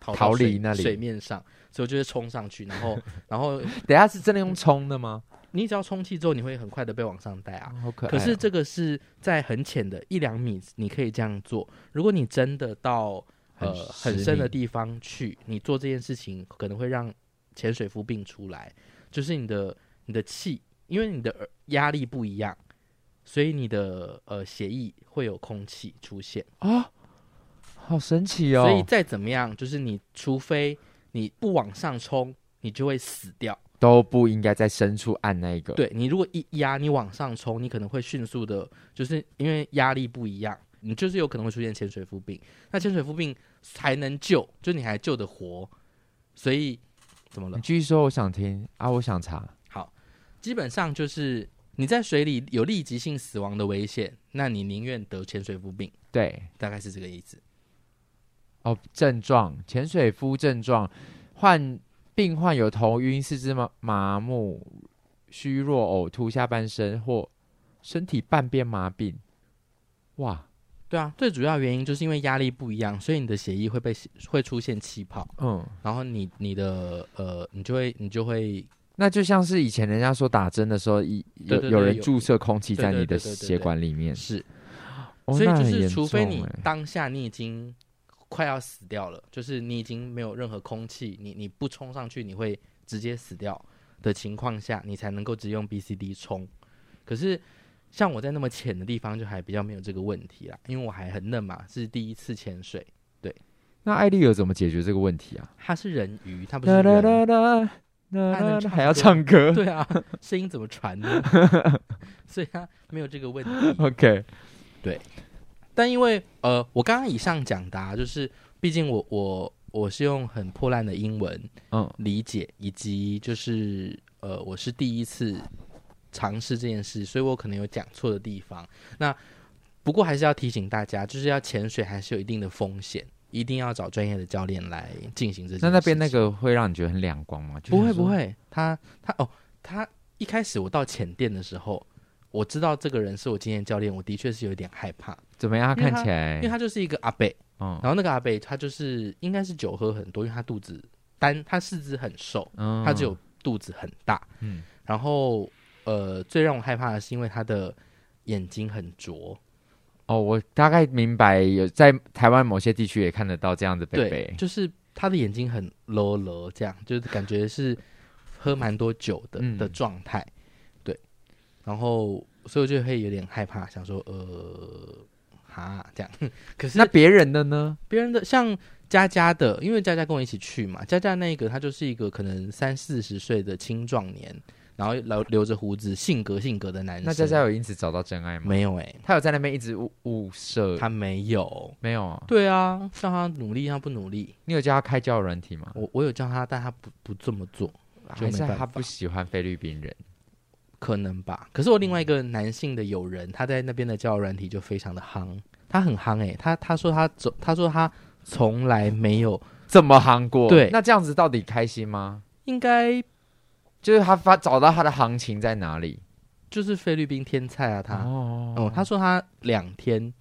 [SPEAKER 2] 逃到
[SPEAKER 1] 逃离
[SPEAKER 2] 水
[SPEAKER 1] 那里
[SPEAKER 2] 水面上，所以我就会冲上去，然后， 然后
[SPEAKER 1] 等一下是真的用冲的吗？
[SPEAKER 2] 你只要充气之后，你会很快的被往上带啊。
[SPEAKER 1] 好可爱哦，
[SPEAKER 2] 可是这个是在很浅的一两米，你可以这样做。如果你真的到呃
[SPEAKER 1] 很
[SPEAKER 2] 很
[SPEAKER 1] 实
[SPEAKER 2] 深的
[SPEAKER 1] 力
[SPEAKER 2] 地方去，你做这件事情可能会让潜水夫病出来，就是你的你的气，因为你的耳压力不一样，所以你的呃血液会有空气出现。
[SPEAKER 1] 啊，好神奇哦，
[SPEAKER 2] 所以再怎么样，就是你除非你不往上冲，你就会死掉。
[SPEAKER 1] 都不应该在深处按那一个。，
[SPEAKER 2] 对你如果一压你往上冲，你可能会迅速的，就是因为压力不一样，你就是有可能会出现潜水夫病。那潜水夫病才能救，就你还救得活，所以怎么了
[SPEAKER 1] 你？继续说，我想听啊，我想查。
[SPEAKER 2] 好，基本上就是你在水里有立即性死亡的危险，那你宁愿得潜水夫病，
[SPEAKER 1] 对，
[SPEAKER 2] 大概是这个意思。
[SPEAKER 1] 哦，症状，潜水夫症状，患病患有头晕、四肢麻麻木、虚弱、呕吐、下半身或身体半边麻痹。哇，
[SPEAKER 2] 对啊，最主要原因就是因为压力不一样，所以你的血液会被会出现气泡，
[SPEAKER 1] 嗯，
[SPEAKER 2] 然后你你的呃，你就会你就会
[SPEAKER 1] 那就像是以前人家说打针的时候，一有
[SPEAKER 2] 对对对
[SPEAKER 1] 有人
[SPEAKER 2] 有
[SPEAKER 1] 注射空气
[SPEAKER 2] 对
[SPEAKER 1] 在
[SPEAKER 2] 对
[SPEAKER 1] 你的
[SPEAKER 2] 对对对
[SPEAKER 1] 血管里面，
[SPEAKER 2] 是
[SPEAKER 1] 哦
[SPEAKER 2] 所以
[SPEAKER 1] 那
[SPEAKER 2] 就
[SPEAKER 1] 很
[SPEAKER 2] 是，
[SPEAKER 1] 严
[SPEAKER 2] 除非
[SPEAKER 1] 重
[SPEAKER 2] 你
[SPEAKER 1] 欸
[SPEAKER 2] 当下你已经快要死掉了，就是你已经没有任何空气，你你不冲上去，你会直接死掉的情况下，你才能够只用 BCD 冲。可是像我在那么浅的地方，就还比较没有这个问题啦，因为我还很嫩嘛，是第一次潜水。
[SPEAKER 1] 那艾丽尔怎么解决这个问题啊？
[SPEAKER 2] 它是人鱼，它不是
[SPEAKER 1] 啦啦
[SPEAKER 2] 人。
[SPEAKER 1] 啦啦
[SPEAKER 2] 还能
[SPEAKER 1] 啦啦，
[SPEAKER 2] 唱
[SPEAKER 1] 还要
[SPEAKER 2] 歌
[SPEAKER 1] 唱歌
[SPEAKER 2] 对啊， 声音怎么传呢？ 所以它没有这个问题。
[SPEAKER 1] ？OK，
[SPEAKER 2] 但因为呃，我刚刚以上讲的、啊，就是毕竟我我我是用很破烂的英文
[SPEAKER 1] 嗯，
[SPEAKER 2] 理解，以及就是呃，我是第一次尝试这件事，所以我可能有讲错的地方。那不过还是要提醒大家，就是要潜水还是有一定的风险，一定要找专业的教练来进行这件事情。
[SPEAKER 1] 那那边那个会让你觉得很两光吗？就是
[SPEAKER 2] 不会
[SPEAKER 1] 说
[SPEAKER 2] 不，会，他他哦，他一开始我到浅店的时候，我知道这个人是我今天教练，我的确是有点害怕，
[SPEAKER 1] 怎么样？啊
[SPEAKER 2] 因为
[SPEAKER 1] 看起来
[SPEAKER 2] 因为，他就是一个阿贝，
[SPEAKER 1] 嗯
[SPEAKER 2] 然后那个阿贝他就是应该是酒喝很多，因为他肚子单，他四肢很瘦，
[SPEAKER 1] 嗯
[SPEAKER 2] 他只有肚子很大，
[SPEAKER 1] 嗯
[SPEAKER 2] 然后呃，最让我害怕的是因为他的眼睛很浊，
[SPEAKER 1] 哦，我大概明白，有在台湾某些地区也看得到这样的贝
[SPEAKER 2] 对
[SPEAKER 1] 贝，，
[SPEAKER 2] 就是他的眼睛很 low low，这样就是感觉是喝蛮多酒的、
[SPEAKER 1] 嗯
[SPEAKER 2] 的状态，对。然后，所以我就会有点害怕，想说呃，哈这样。可是
[SPEAKER 1] 那别人的呢？
[SPEAKER 2] 别人的像佳佳的，因为佳佳跟我一起去嘛，佳佳那个她就是一个可能三四十岁的青壮年，然后留留着胡子，性格性格的男生。
[SPEAKER 1] 那佳佳有因此找到真爱吗？
[SPEAKER 2] 没有哎、
[SPEAKER 1] 他有在那边一直物物色，
[SPEAKER 2] 他没有。
[SPEAKER 1] 没有啊？
[SPEAKER 2] 对啊，让他努力，让他不努力。
[SPEAKER 1] 你有叫他开交友软体吗？
[SPEAKER 2] 我我有叫他，但他不不这么做。就
[SPEAKER 1] 还
[SPEAKER 2] 没
[SPEAKER 1] 是
[SPEAKER 2] 办
[SPEAKER 1] 他
[SPEAKER 2] 法
[SPEAKER 1] 不喜欢菲律宾人？
[SPEAKER 2] 可能吧。可是我另外一个男性的友人，他在那边的交友软体就非常的夯，他很夯诶、他他说他走，他说他从来没有，
[SPEAKER 1] 怎么韩国？
[SPEAKER 2] 对
[SPEAKER 1] 那这样子到底开心吗？
[SPEAKER 2] 应该
[SPEAKER 1] 就是他发找到他的行情在哪里？
[SPEAKER 2] 就是菲律宾天菜啊，他哦
[SPEAKER 1] 哦
[SPEAKER 2] 他说他两天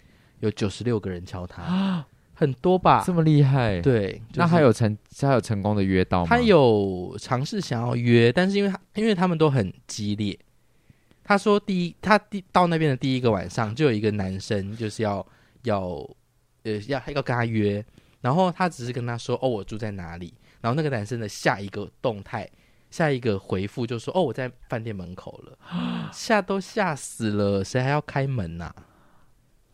[SPEAKER 2] 有九十六个人敲他，很多吧？
[SPEAKER 1] 啊这么厉害，，
[SPEAKER 2] 对，就是
[SPEAKER 1] 那他有成，他有成功的约到吗？
[SPEAKER 2] 他有尝试想要约，但是因为他因为他们都很激烈。他说第一，他第到那边的第一个晚上，就有一个男生就是要要呃要要跟他约，然后他只是跟他说哦我住在哪里，然后那个男生的下一个动态。下一个回复就说：“哦，我在饭店门口 了，吓都吓死了，谁还要开门啊呐、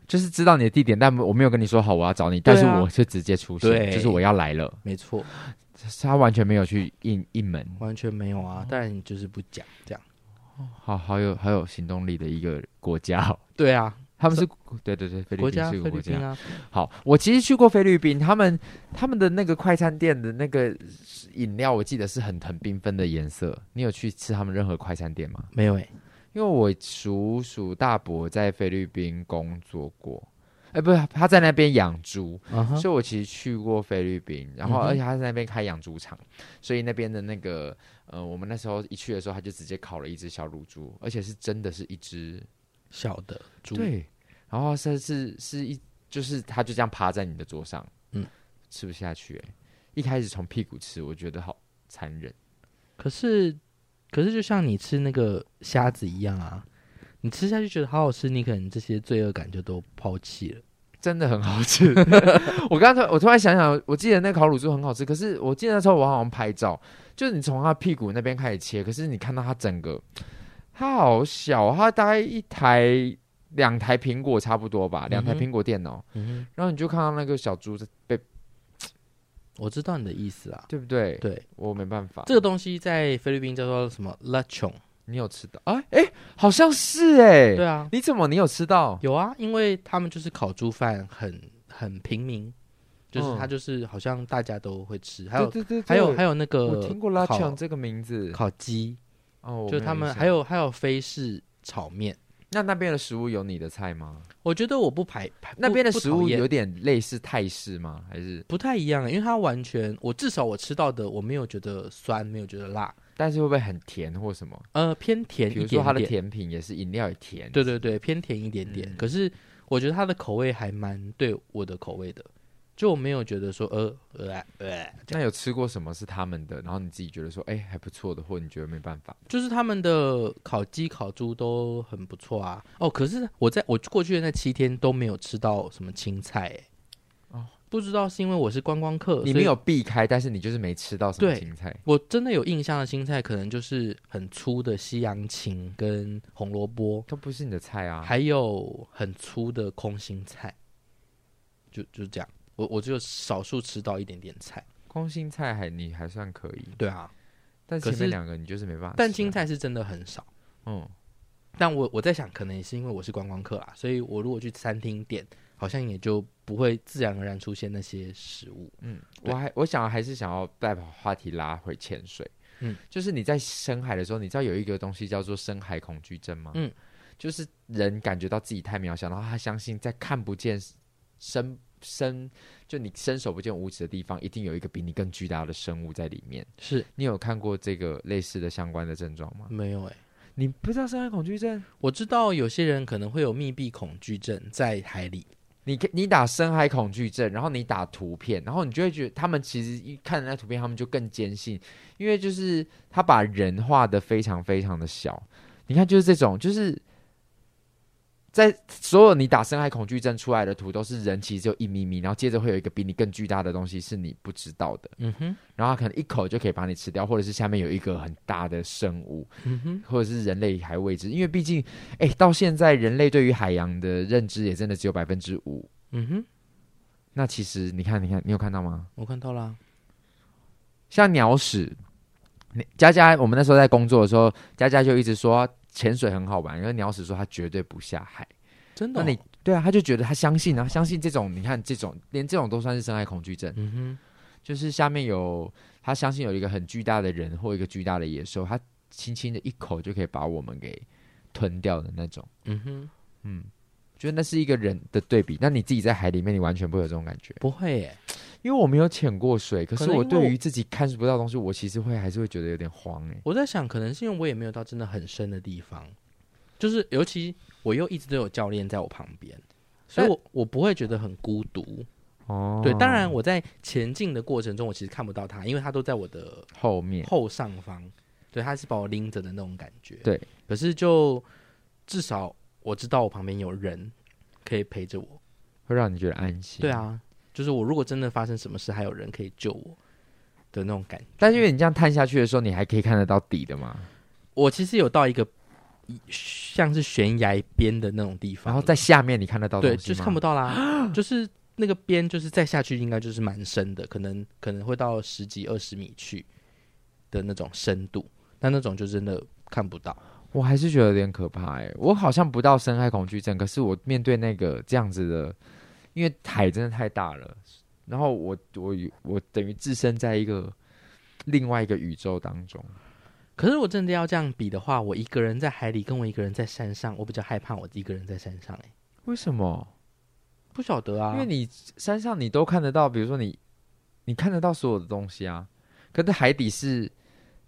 [SPEAKER 1] 就是知道你的地点，但我没有跟你说好我要找你，但是
[SPEAKER 2] 对啊
[SPEAKER 1] 我却直接出现，
[SPEAKER 2] 对
[SPEAKER 1] 就是我要来了。
[SPEAKER 2] 没错，
[SPEAKER 1] 他完全没有去应应门，
[SPEAKER 2] 完全没有啊，当然你就是不讲这样。
[SPEAKER 1] 好好有好有行动力的一个国家 哦。
[SPEAKER 2] 对啊，
[SPEAKER 1] 他们是对对对，菲律
[SPEAKER 2] 国
[SPEAKER 1] 宾
[SPEAKER 2] 家
[SPEAKER 1] 是一个
[SPEAKER 2] 菲律
[SPEAKER 1] 国
[SPEAKER 2] 宾
[SPEAKER 1] 家。
[SPEAKER 2] 啊，
[SPEAKER 1] 好，我其实去过菲律宾，他们他们的那个快餐店的那个饮料，我记得是很很缤纷的颜色。你有去吃他们任何快餐店吗？
[SPEAKER 2] 没有哎、
[SPEAKER 1] 因为我叔叔大伯在菲律宾工作过，哎、不是他在那边养猪，
[SPEAKER 2] 嗯哼
[SPEAKER 1] 所以我其实去过菲律宾，然后
[SPEAKER 2] 嗯哼
[SPEAKER 1] 而且他在那边开养猪场，所以那边的那个呃，我们那时候一去的时候，他就直接烤了一只小乳猪，而且是真的是一只
[SPEAKER 2] 小的猪，
[SPEAKER 1] 对，然后是是是一就是他就这样趴在你的桌上，
[SPEAKER 2] 嗯，
[SPEAKER 1] 吃不下去、欸，一开始从屁股吃，我觉得好残忍。
[SPEAKER 2] 可是可是就像你吃那个虾子一样啊，你吃下去觉得好好吃，你可能这些罪恶感就都抛弃了。
[SPEAKER 1] 真的很好吃。 我刚才我突然想想，我记得那烤乳猪很好吃，可是我记得那时候我好像拍照，就是你从它屁股那边开始切，可是你看到它整个，它好小，它大概一台两台苹果差不多吧，两台
[SPEAKER 2] 嗯哼
[SPEAKER 1] 苹果电脑，
[SPEAKER 2] 嗯
[SPEAKER 1] 然后你就看到那个小猪在被，
[SPEAKER 2] 哼，我知道你的意思啦。
[SPEAKER 1] 对不对？
[SPEAKER 2] 对，
[SPEAKER 1] 我没办法。
[SPEAKER 2] 这个东西在菲律宾叫做什么 lachon？
[SPEAKER 1] 你有吃到？哎、哎、好像是哎、
[SPEAKER 2] 对啊，
[SPEAKER 1] 你怎么你有吃到？
[SPEAKER 2] 有啊，因为他们就是烤猪饭很很平民，就是
[SPEAKER 1] 嗯
[SPEAKER 2] 它就是好像大家都会吃，还有
[SPEAKER 1] 对对对，
[SPEAKER 2] 还有还
[SPEAKER 1] 有，
[SPEAKER 2] 有那个
[SPEAKER 1] 我听过拉
[SPEAKER 2] 烤
[SPEAKER 1] 强这个名字，
[SPEAKER 2] 烤鸡，
[SPEAKER 1] 哦，我
[SPEAKER 2] 就
[SPEAKER 1] 没
[SPEAKER 2] 他
[SPEAKER 1] 有
[SPEAKER 2] 们
[SPEAKER 1] 印象
[SPEAKER 2] 还有还有菲式炒面。
[SPEAKER 1] 那那边的食物有你的菜吗？
[SPEAKER 2] 我觉得我不排排
[SPEAKER 1] 那
[SPEAKER 2] 不
[SPEAKER 1] 边的
[SPEAKER 2] 不
[SPEAKER 1] 食
[SPEAKER 2] 讨
[SPEAKER 1] 物
[SPEAKER 2] 厌
[SPEAKER 1] 有点类似泰式吗？还是？
[SPEAKER 2] 不太一样，欸因为它完全，我至少我吃到的，我没有觉得酸，没有觉得辣，
[SPEAKER 1] 但是会不会很甜或什么？
[SPEAKER 2] 呃，偏甜
[SPEAKER 1] 比
[SPEAKER 2] 一
[SPEAKER 1] 如说
[SPEAKER 2] 点
[SPEAKER 1] 它的
[SPEAKER 2] 点，
[SPEAKER 1] 甜品也是饮料也甜，
[SPEAKER 2] 对对对，偏甜一点点。
[SPEAKER 1] 嗯
[SPEAKER 2] 可是我觉得它的口味还蛮对我的口味的，就我没有觉得说呃呃呃，
[SPEAKER 1] 那有吃过什么是他们的？然后你自己觉得说，哎、还不错的，或你觉得没办法？
[SPEAKER 2] 就是他们的烤鸡、烤猪都很不错啊。哦，可是我在我过去的那七天都没有吃到什么青菜、欸，
[SPEAKER 1] 哦
[SPEAKER 2] 不知道是因为我是观光客，
[SPEAKER 1] 你
[SPEAKER 2] 呃所
[SPEAKER 1] 没
[SPEAKER 2] 以
[SPEAKER 1] 有避开，但是你就是没吃到什么
[SPEAKER 2] 对
[SPEAKER 1] 青菜。
[SPEAKER 2] 我真的有印象的青菜，可能就是很粗的西洋芹跟红萝卜。
[SPEAKER 1] 都不是你的菜啊！
[SPEAKER 2] 还有很粗的空心菜，就就这样。我我只有少数吃到一点点菜，
[SPEAKER 1] 空心菜还你还算可以，
[SPEAKER 2] 对啊，
[SPEAKER 1] 但
[SPEAKER 2] 可
[SPEAKER 1] 前面
[SPEAKER 2] 是
[SPEAKER 1] 两个你就是没办法、啊
[SPEAKER 2] 但青，啊菜是啊真的很少。
[SPEAKER 1] 嗯，
[SPEAKER 2] 但我我在想，可能也是因为我是观光客啦，啊所以我如果去餐厅点，好像也就不会自然而然出现那些食物。
[SPEAKER 1] 嗯，
[SPEAKER 2] 对
[SPEAKER 1] 我还我想还是想要再把话题拉回潜水。
[SPEAKER 2] 嗯，
[SPEAKER 1] 就是你在深海的时候，你知道有一个东西叫做深海恐惧症吗？
[SPEAKER 2] 嗯，
[SPEAKER 1] 就是人感觉到自己太渺小，然后他相信在看不见深伸就你伸手不见五指的地方，一定有一个比你更巨大的生物在里面。
[SPEAKER 2] 是
[SPEAKER 1] 你有看过这个类似的相关的症状吗？
[SPEAKER 2] 没有哎、
[SPEAKER 1] 你不知道深海恐惧症？
[SPEAKER 2] 我知道有些人可能会有密闭恐惧症，在海里。
[SPEAKER 1] 你你打深海恐惧症，然后你打图片，然后你就会觉得他们其实一看人家图片，他们就更坚信，因为就是他把人画的非常非常的小。你看，就是这种，就是在所有你打深海恐惧症出来的图都是人，其实只有一咪咪，然后接着会有一个比你更巨大的东西是你不知道的，
[SPEAKER 2] 嗯哼，
[SPEAKER 1] 然后他可能一口就可以把你吃掉，或者是下面有一个很大的生物，
[SPEAKER 2] 嗯哼，
[SPEAKER 1] 或者是人类还未知，因为毕竟，哎，到现在人类对于海洋的认知也真的只有百分之五。
[SPEAKER 2] 嗯哼，
[SPEAKER 1] 那其实你看，你看，你有看到吗？
[SPEAKER 2] 我看到啦。
[SPEAKER 1] 像鸟屎，你佳佳，我们那时候在工作的时候，佳佳就一直说潜水很好玩，因为鸟屎说他绝对不下海。
[SPEAKER 2] 真的、
[SPEAKER 1] 那
[SPEAKER 2] 哦？
[SPEAKER 1] 你对啊，他就觉得他相信啊，相信这种，你看这种，连这种都算是深海恐惧症，
[SPEAKER 2] 嗯哼，
[SPEAKER 1] 就是下面有他相信有一个很巨大的人或一个巨大的野兽，他轻轻的一口就可以把我们给吞掉的那种。
[SPEAKER 2] 嗯哼，
[SPEAKER 1] 觉得那是一个人的对比，那你自己在海里面，你完全不会有这种感觉。
[SPEAKER 2] 不会耶、
[SPEAKER 1] 因为我没有潜过水，可
[SPEAKER 2] 可
[SPEAKER 1] 是
[SPEAKER 2] 能
[SPEAKER 1] 我
[SPEAKER 2] 因为
[SPEAKER 1] 对
[SPEAKER 2] 我
[SPEAKER 1] 于自己看不到的东西，我其实会还是会觉得有点慌哎、
[SPEAKER 2] 我在想，可能是因为我也没有到真的很深的地方，就是尤其我又一直都有教练在我旁边，所以我我不会觉得很孤独。
[SPEAKER 1] 哦，
[SPEAKER 2] 对，当然我在前进的过程中，我其实看不到他，因为他都在我的
[SPEAKER 1] 后面
[SPEAKER 2] 后上方，对，他是把我拎着的那种感觉。
[SPEAKER 1] 对，
[SPEAKER 2] 可是就至少我知道我旁边有人可以陪着我。
[SPEAKER 1] 会让你觉得安心。
[SPEAKER 2] 对，啊，就是我如果真的发生什么事，还有人可以救我的那种感觉。
[SPEAKER 1] 但是因为你这样探下去的时候，你还可以看得到底的嘛，
[SPEAKER 2] 我其实有到一个一像是悬崖边的那种地方，
[SPEAKER 1] 然后在下面你看得到东西
[SPEAKER 2] 对，
[SPEAKER 1] 吗
[SPEAKER 2] 就是看不 到啦，就是那个边，就是再下去应该就是蛮深的，可能可能会到十几二十米去的那种深度，但那种就真的看不到。
[SPEAKER 1] 我还是觉得有点可怕哎、我好像不到深海恐惧症，可是我面对那个这样子的，因为海真的太大了，然后我我我等于置身在一个另外一个宇宙当中。
[SPEAKER 2] 可是我真的要这样比的话，我一个人在海里，跟我一个人在山上，我比较害怕我一个人在山上、欸。哎，
[SPEAKER 1] 为什么？
[SPEAKER 2] 不晓得啊，
[SPEAKER 1] 因为你山上你都看得到，比如说你你看得到所有的东西啊，可是海底是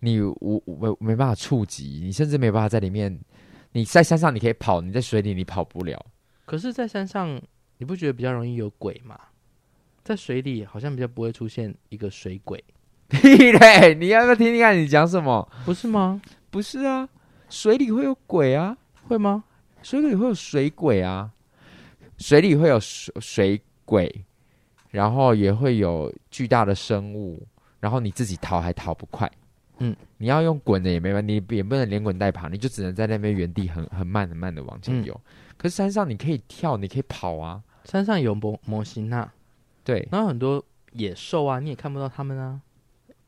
[SPEAKER 1] 你无没没办法触及，你甚至没办法在里面。你在山上你可以跑，你在水里你跑不了。
[SPEAKER 2] 可是，在山上你不觉得比较容易有鬼吗？在水里好像比较不会出现一个水鬼，
[SPEAKER 1] 屁嘞！你要不要听听看你讲什么？
[SPEAKER 2] 不是吗？
[SPEAKER 1] 不是啊，水里会有鬼啊，
[SPEAKER 2] 会吗？
[SPEAKER 1] 水里会有水鬼啊，水里会有水水鬼，然后也会有巨大的生物，然后你自己逃还逃不快。
[SPEAKER 2] 嗯，
[SPEAKER 1] 你要用滚的也没办法，你也不能连滚带爬，你就只能在那边原地很很慢很慢的往前
[SPEAKER 2] 嗯
[SPEAKER 1] 游。可是山上你可以跳，你可以跑啊，
[SPEAKER 2] 山上有摩摩西娜，
[SPEAKER 1] 对
[SPEAKER 2] 啊然后很多野兽啊，你也看不到它们啊。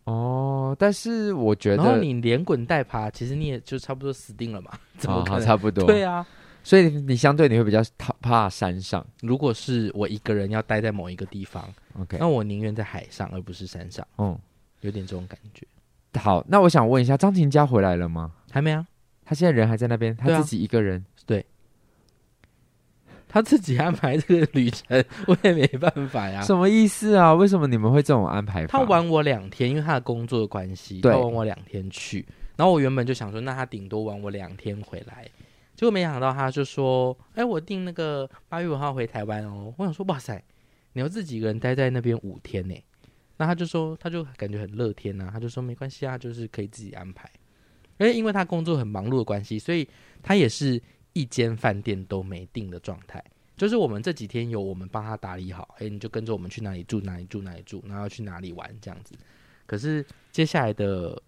[SPEAKER 1] 哦。但是我觉
[SPEAKER 2] 然后
[SPEAKER 1] 得
[SPEAKER 2] 你连滚带爬，其实你也就差不多死定了嘛？ 怎么
[SPEAKER 1] 哦
[SPEAKER 2] 可
[SPEAKER 1] 好
[SPEAKER 2] 能？
[SPEAKER 1] 差不多，
[SPEAKER 2] 对啊，
[SPEAKER 1] 所以你相对你会比较怕怕山上。
[SPEAKER 2] 如果是我一个人要待在某一个地方
[SPEAKER 1] OK，
[SPEAKER 2] 那我宁愿在海上，而不是山上，
[SPEAKER 1] 嗯，
[SPEAKER 2] 有点这种感觉。
[SPEAKER 1] 好，那我想问一下，张琴佳回来了吗？
[SPEAKER 2] 还没啊，
[SPEAKER 1] 他现在人还在那边，
[SPEAKER 2] 对
[SPEAKER 1] 他
[SPEAKER 2] 啊
[SPEAKER 1] 自己一个人。
[SPEAKER 2] 他自己安排这个旅程，我也没办法呀、
[SPEAKER 1] 什么意思啊？为什么你们会这种安排法？
[SPEAKER 2] 他玩我两天，因为他的工作的关系，他
[SPEAKER 1] 对
[SPEAKER 2] 玩我两天去。然后我原本就想说，那他顶多玩我两天回来，结果没想到他就说：“哎，我订那个八月五号回台湾哦。”我想说：“哇塞，你要自己一个人待在那边五天呢？”那他就说，他就感觉很乐天呐、他就说没关系啊，就是可以自己安排。而且因为他工作很忙碌的关系，所以他也是一间饭店都没订的状态。就是我们这几天有我们帮他打理好，哎、你就跟着我们去哪里住哪里住哪里住，然后要去哪里玩这样子。可是接下来的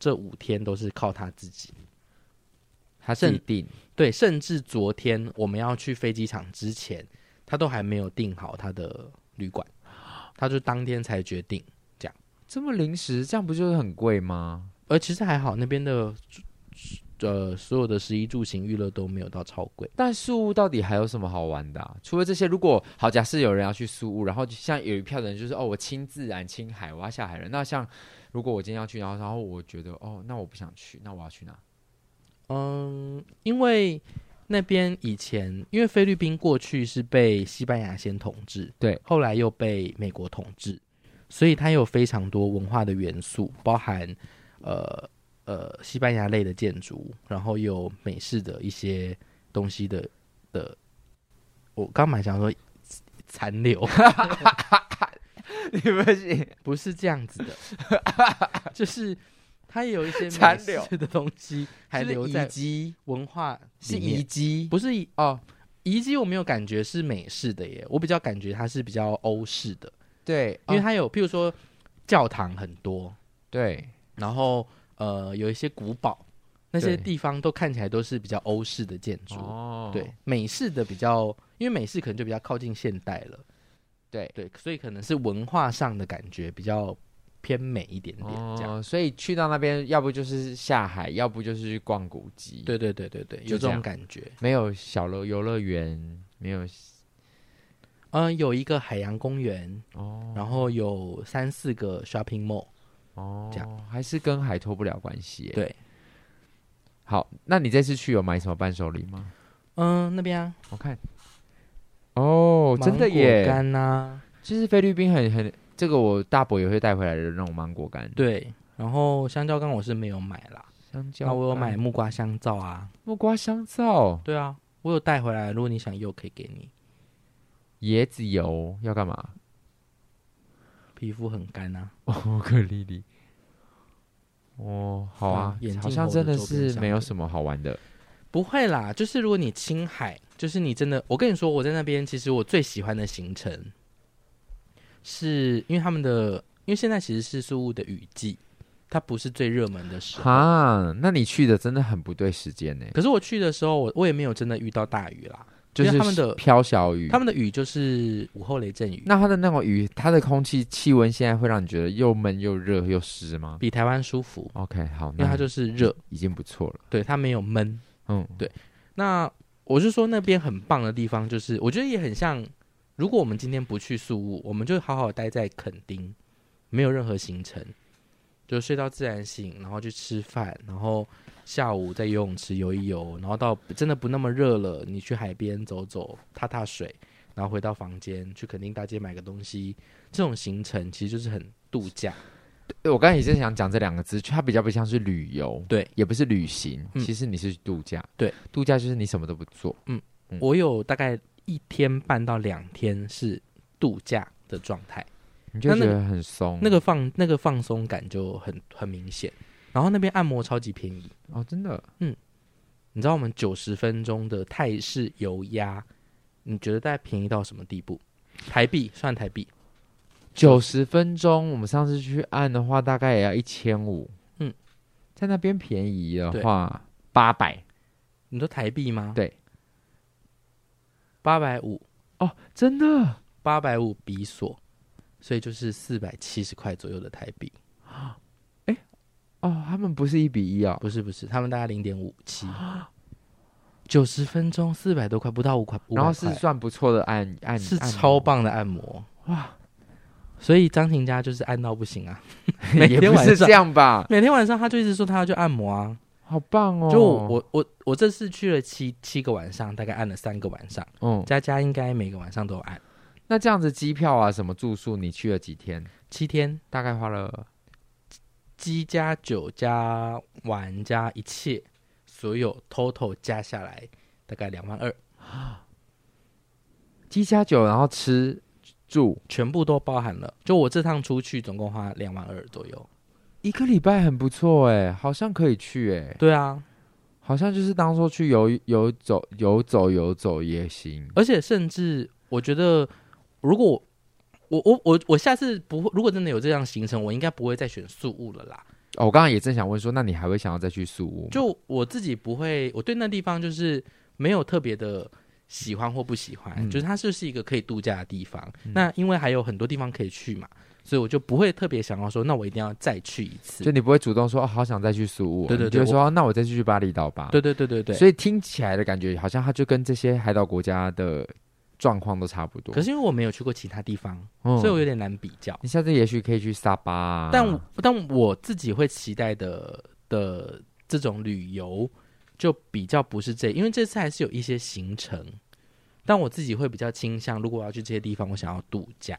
[SPEAKER 2] 这五天都是靠他自己。
[SPEAKER 1] 他自己定，
[SPEAKER 2] 对，甚至昨天我们要去飞机场之前，他都还没有订好他的旅馆，他就当天才决定。
[SPEAKER 1] 这么临时，这样不就是很贵吗？
[SPEAKER 2] 而其实还好，那边的呃所有的食衣住行娱乐都没有到超贵。
[SPEAKER 1] 但宿屋到底还有什么好玩的啊、除了这些，如果好，假设有人要去宿屋，然后就像有一票人就是哦，我亲自然亲海，我要下海了。那像如果我哦今天要去，然后然后我觉得哦，那我不想去，那我要去哪？
[SPEAKER 2] 嗯，因为那边以前因为菲律宾过去是被西班牙先统治，
[SPEAKER 1] 对，
[SPEAKER 2] 后来又被美国统治，所以它有非常多文化的元素，包含呃呃西班牙类的建筑，然后有美式的一些东西的的，我刚蛮想说残留，
[SPEAKER 1] 你不行，
[SPEAKER 2] 不是这样子的，就是它有一些美
[SPEAKER 1] 残留
[SPEAKER 2] 式的东西还
[SPEAKER 1] 就是
[SPEAKER 2] 留
[SPEAKER 1] 遗
[SPEAKER 2] 在
[SPEAKER 1] 迹
[SPEAKER 2] 文化
[SPEAKER 1] 是
[SPEAKER 2] 里面
[SPEAKER 1] 遗迹，
[SPEAKER 2] 不是遗
[SPEAKER 1] 哦，
[SPEAKER 2] 遗迹，我没有感觉是美式的耶，我比较感觉它是比较欧式的，
[SPEAKER 1] 对，
[SPEAKER 2] 因为
[SPEAKER 1] 哦
[SPEAKER 2] 它有，譬如说教堂很多，
[SPEAKER 1] 对
[SPEAKER 2] 然后呃有一些古堡，那些
[SPEAKER 1] 对
[SPEAKER 2] 地方都看起来都是比较欧式的建筑。
[SPEAKER 1] 哦
[SPEAKER 2] 对，美式的比较，因为美式可能就比较靠近现代了，
[SPEAKER 1] 对
[SPEAKER 2] 对，所以可能是文化上的感觉比较偏美一点点这样。
[SPEAKER 1] 哦，所以去到那边，要不就是下海，要不就是去逛古迹，，
[SPEAKER 2] 对对对对对，有
[SPEAKER 1] 就这
[SPEAKER 2] 这种
[SPEAKER 1] 样
[SPEAKER 2] 感觉。
[SPEAKER 1] 没有小乐游乐园，没有
[SPEAKER 2] 嗯、有一个海洋公园，
[SPEAKER 1] 哦
[SPEAKER 2] 然后有三四个 shopping mall，
[SPEAKER 1] 哦，
[SPEAKER 2] 这
[SPEAKER 1] 样还是跟海脱不了关系耶。
[SPEAKER 2] 对，
[SPEAKER 1] 好，那你这次去有买什么伴手礼吗？
[SPEAKER 2] 嗯、那边啊，
[SPEAKER 1] 我看，哦，真的
[SPEAKER 2] 芒果
[SPEAKER 1] 耶，
[SPEAKER 2] 干啊呐、
[SPEAKER 1] 就是菲律宾很很这个我大伯也会带回来的那种芒果干，，
[SPEAKER 2] 对。然后香蕉干我是没有买啦，
[SPEAKER 1] 香蕉
[SPEAKER 2] 那
[SPEAKER 1] 干，
[SPEAKER 2] 我有买木瓜香皂啊，
[SPEAKER 1] 木瓜香皂、
[SPEAKER 2] 对啊，我有带回来，如果你想要可以给你。
[SPEAKER 1] 椰子油，要干 嘛？
[SPEAKER 2] 皮肤很干啊，
[SPEAKER 1] 哦，克丽丽。哦，好啊
[SPEAKER 2] 嗯，眼镜
[SPEAKER 1] 好像
[SPEAKER 2] 猴
[SPEAKER 1] 真
[SPEAKER 2] 的
[SPEAKER 1] 的
[SPEAKER 2] 周边
[SPEAKER 1] 是
[SPEAKER 2] 商
[SPEAKER 1] 没有
[SPEAKER 2] 品
[SPEAKER 1] 什么好玩的。
[SPEAKER 2] 不会啦，就是如果你青海，就是你真的，我跟你说，我在那边其实我最喜欢的行程，是因为他们的，因为现在其实是宿雾的雨季，它不是最热门的时候。
[SPEAKER 1] 哈，那你去的真的很不对时间呢，
[SPEAKER 2] 可是我去的时候，我我也没有真的遇到大雨啦，
[SPEAKER 1] 就
[SPEAKER 2] 因为
[SPEAKER 1] 是
[SPEAKER 2] 他们的
[SPEAKER 1] 飘小雨。
[SPEAKER 2] 他们的雨就是午后雷阵雨，
[SPEAKER 1] 那它的那种雨，它的空气气温现在会让你觉得又闷又热又湿吗
[SPEAKER 2] 比台湾舒服，
[SPEAKER 1] ？OK，好，
[SPEAKER 2] 因为
[SPEAKER 1] 那
[SPEAKER 2] 它就是热，
[SPEAKER 1] 已经不错了。
[SPEAKER 2] 对，它没有闷。
[SPEAKER 1] 嗯，
[SPEAKER 2] 那我是说那边很棒的地方，就是我觉得也很像，如果我们今天不去宿务，我们就好好待在垦丁，没有任何行程，就睡到自然醒，然后去吃饭，然后下午在游泳池游一游，然后到真的不那么热了，你去海边走走，踏踏水，然后回到房间去垦丁大街买个东西，这种行程其实就是很度假。
[SPEAKER 1] 对我刚才也是想讲这两个字，它比较不像是旅游，
[SPEAKER 2] 对，
[SPEAKER 1] 也不是旅行，
[SPEAKER 2] 嗯
[SPEAKER 1] 其实你是度假。
[SPEAKER 2] 对，
[SPEAKER 1] 度假就是你什么都不做。嗯
[SPEAKER 2] 我有大概一天半到两天是度假的状态。
[SPEAKER 1] 你就
[SPEAKER 2] 那
[SPEAKER 1] 觉
[SPEAKER 2] 那个
[SPEAKER 1] 得很松，
[SPEAKER 2] 那个放那个放松感就很很明显。然后那边按摩超级便宜，
[SPEAKER 1] 哦，真的
[SPEAKER 2] 你知道我们九十分钟的泰式油压，你觉得大概便宜到什么地步？台币算台币，
[SPEAKER 1] 九十分钟，我们上次去按的话，大概也要一千五。
[SPEAKER 2] 嗯，
[SPEAKER 1] 在那边便宜的话，八百
[SPEAKER 2] 你说台币吗？
[SPEAKER 1] 对，
[SPEAKER 2] 八百五，
[SPEAKER 1] 哦，真的
[SPEAKER 2] 八百五比索，所以就是四百七十块左右的台币。
[SPEAKER 1] 哦，他们不是一比一哦，
[SPEAKER 2] 不是不是，他们大概零点五七，九十分钟四百多块，不到五块，500
[SPEAKER 1] 然后是
[SPEAKER 2] 块
[SPEAKER 1] 算不错的按按，
[SPEAKER 2] 是
[SPEAKER 1] 按摩
[SPEAKER 2] 超，棒的按摩哇！所以张婷家就是按到不行啊，每
[SPEAKER 1] 也
[SPEAKER 2] 天
[SPEAKER 1] 不
[SPEAKER 2] 晚
[SPEAKER 1] 是
[SPEAKER 2] 上
[SPEAKER 1] 这样吧？
[SPEAKER 2] 每天晚上他就一直说他要去按摩啊。
[SPEAKER 1] 好棒哦！
[SPEAKER 2] 就我我我这次去了七七个晚上，大概按了三个晚上，
[SPEAKER 1] 嗯，
[SPEAKER 2] 佳佳应该每个晚上都有按。
[SPEAKER 1] 那这样子机票啊，什么住宿，你去了几天？
[SPEAKER 2] 七天，
[SPEAKER 1] 大概花了
[SPEAKER 2] 鸡加酒加玩加一切，所有 total 加下来大概两万二，
[SPEAKER 1] 机加酒，然后吃住
[SPEAKER 2] 全部都包含了。就我这趟出去总共花两万二左右。
[SPEAKER 1] 一个礼拜，很不错哎，好像可以去哎，
[SPEAKER 2] 对啊，
[SPEAKER 1] 好像就是当说去游游走游走游走也行。
[SPEAKER 2] 而且甚至我觉得，如果我我我我我下次不会，如果真的有这样行程，我应该不会再选宿务了啦。
[SPEAKER 1] 哦，我刚刚也正想问说，那你还会想要再去宿屋吗？
[SPEAKER 2] 就我自己不会，我对那地方就是没有特别的喜欢或不喜欢，
[SPEAKER 1] 嗯
[SPEAKER 2] 就是它就是一个可以度假的地方。
[SPEAKER 1] 嗯
[SPEAKER 2] 那因为还有很多地方可以去嘛，所以我就不会特别想要说，那我一定要再去一次
[SPEAKER 1] 就。你不会主动说哦，好想再去宿屋哦，
[SPEAKER 2] 对对
[SPEAKER 1] 你
[SPEAKER 2] 对
[SPEAKER 1] 就会说哦那我再去去巴厘岛吧。
[SPEAKER 2] 对对对对对。
[SPEAKER 1] 所以听起来的感觉好像它就跟这些海岛国家的状况都差不多。
[SPEAKER 2] 可是因为我没有去过其他地方，
[SPEAKER 1] 嗯
[SPEAKER 2] 所以我有点难比较。
[SPEAKER 1] 你下次也许可以去沙巴啊，
[SPEAKER 2] 但但我自己会期待的的这种旅游，就比较不是这，因为这次还是有一些行程，但我自己会比较倾向，如果我要去这些地方，我想要度假，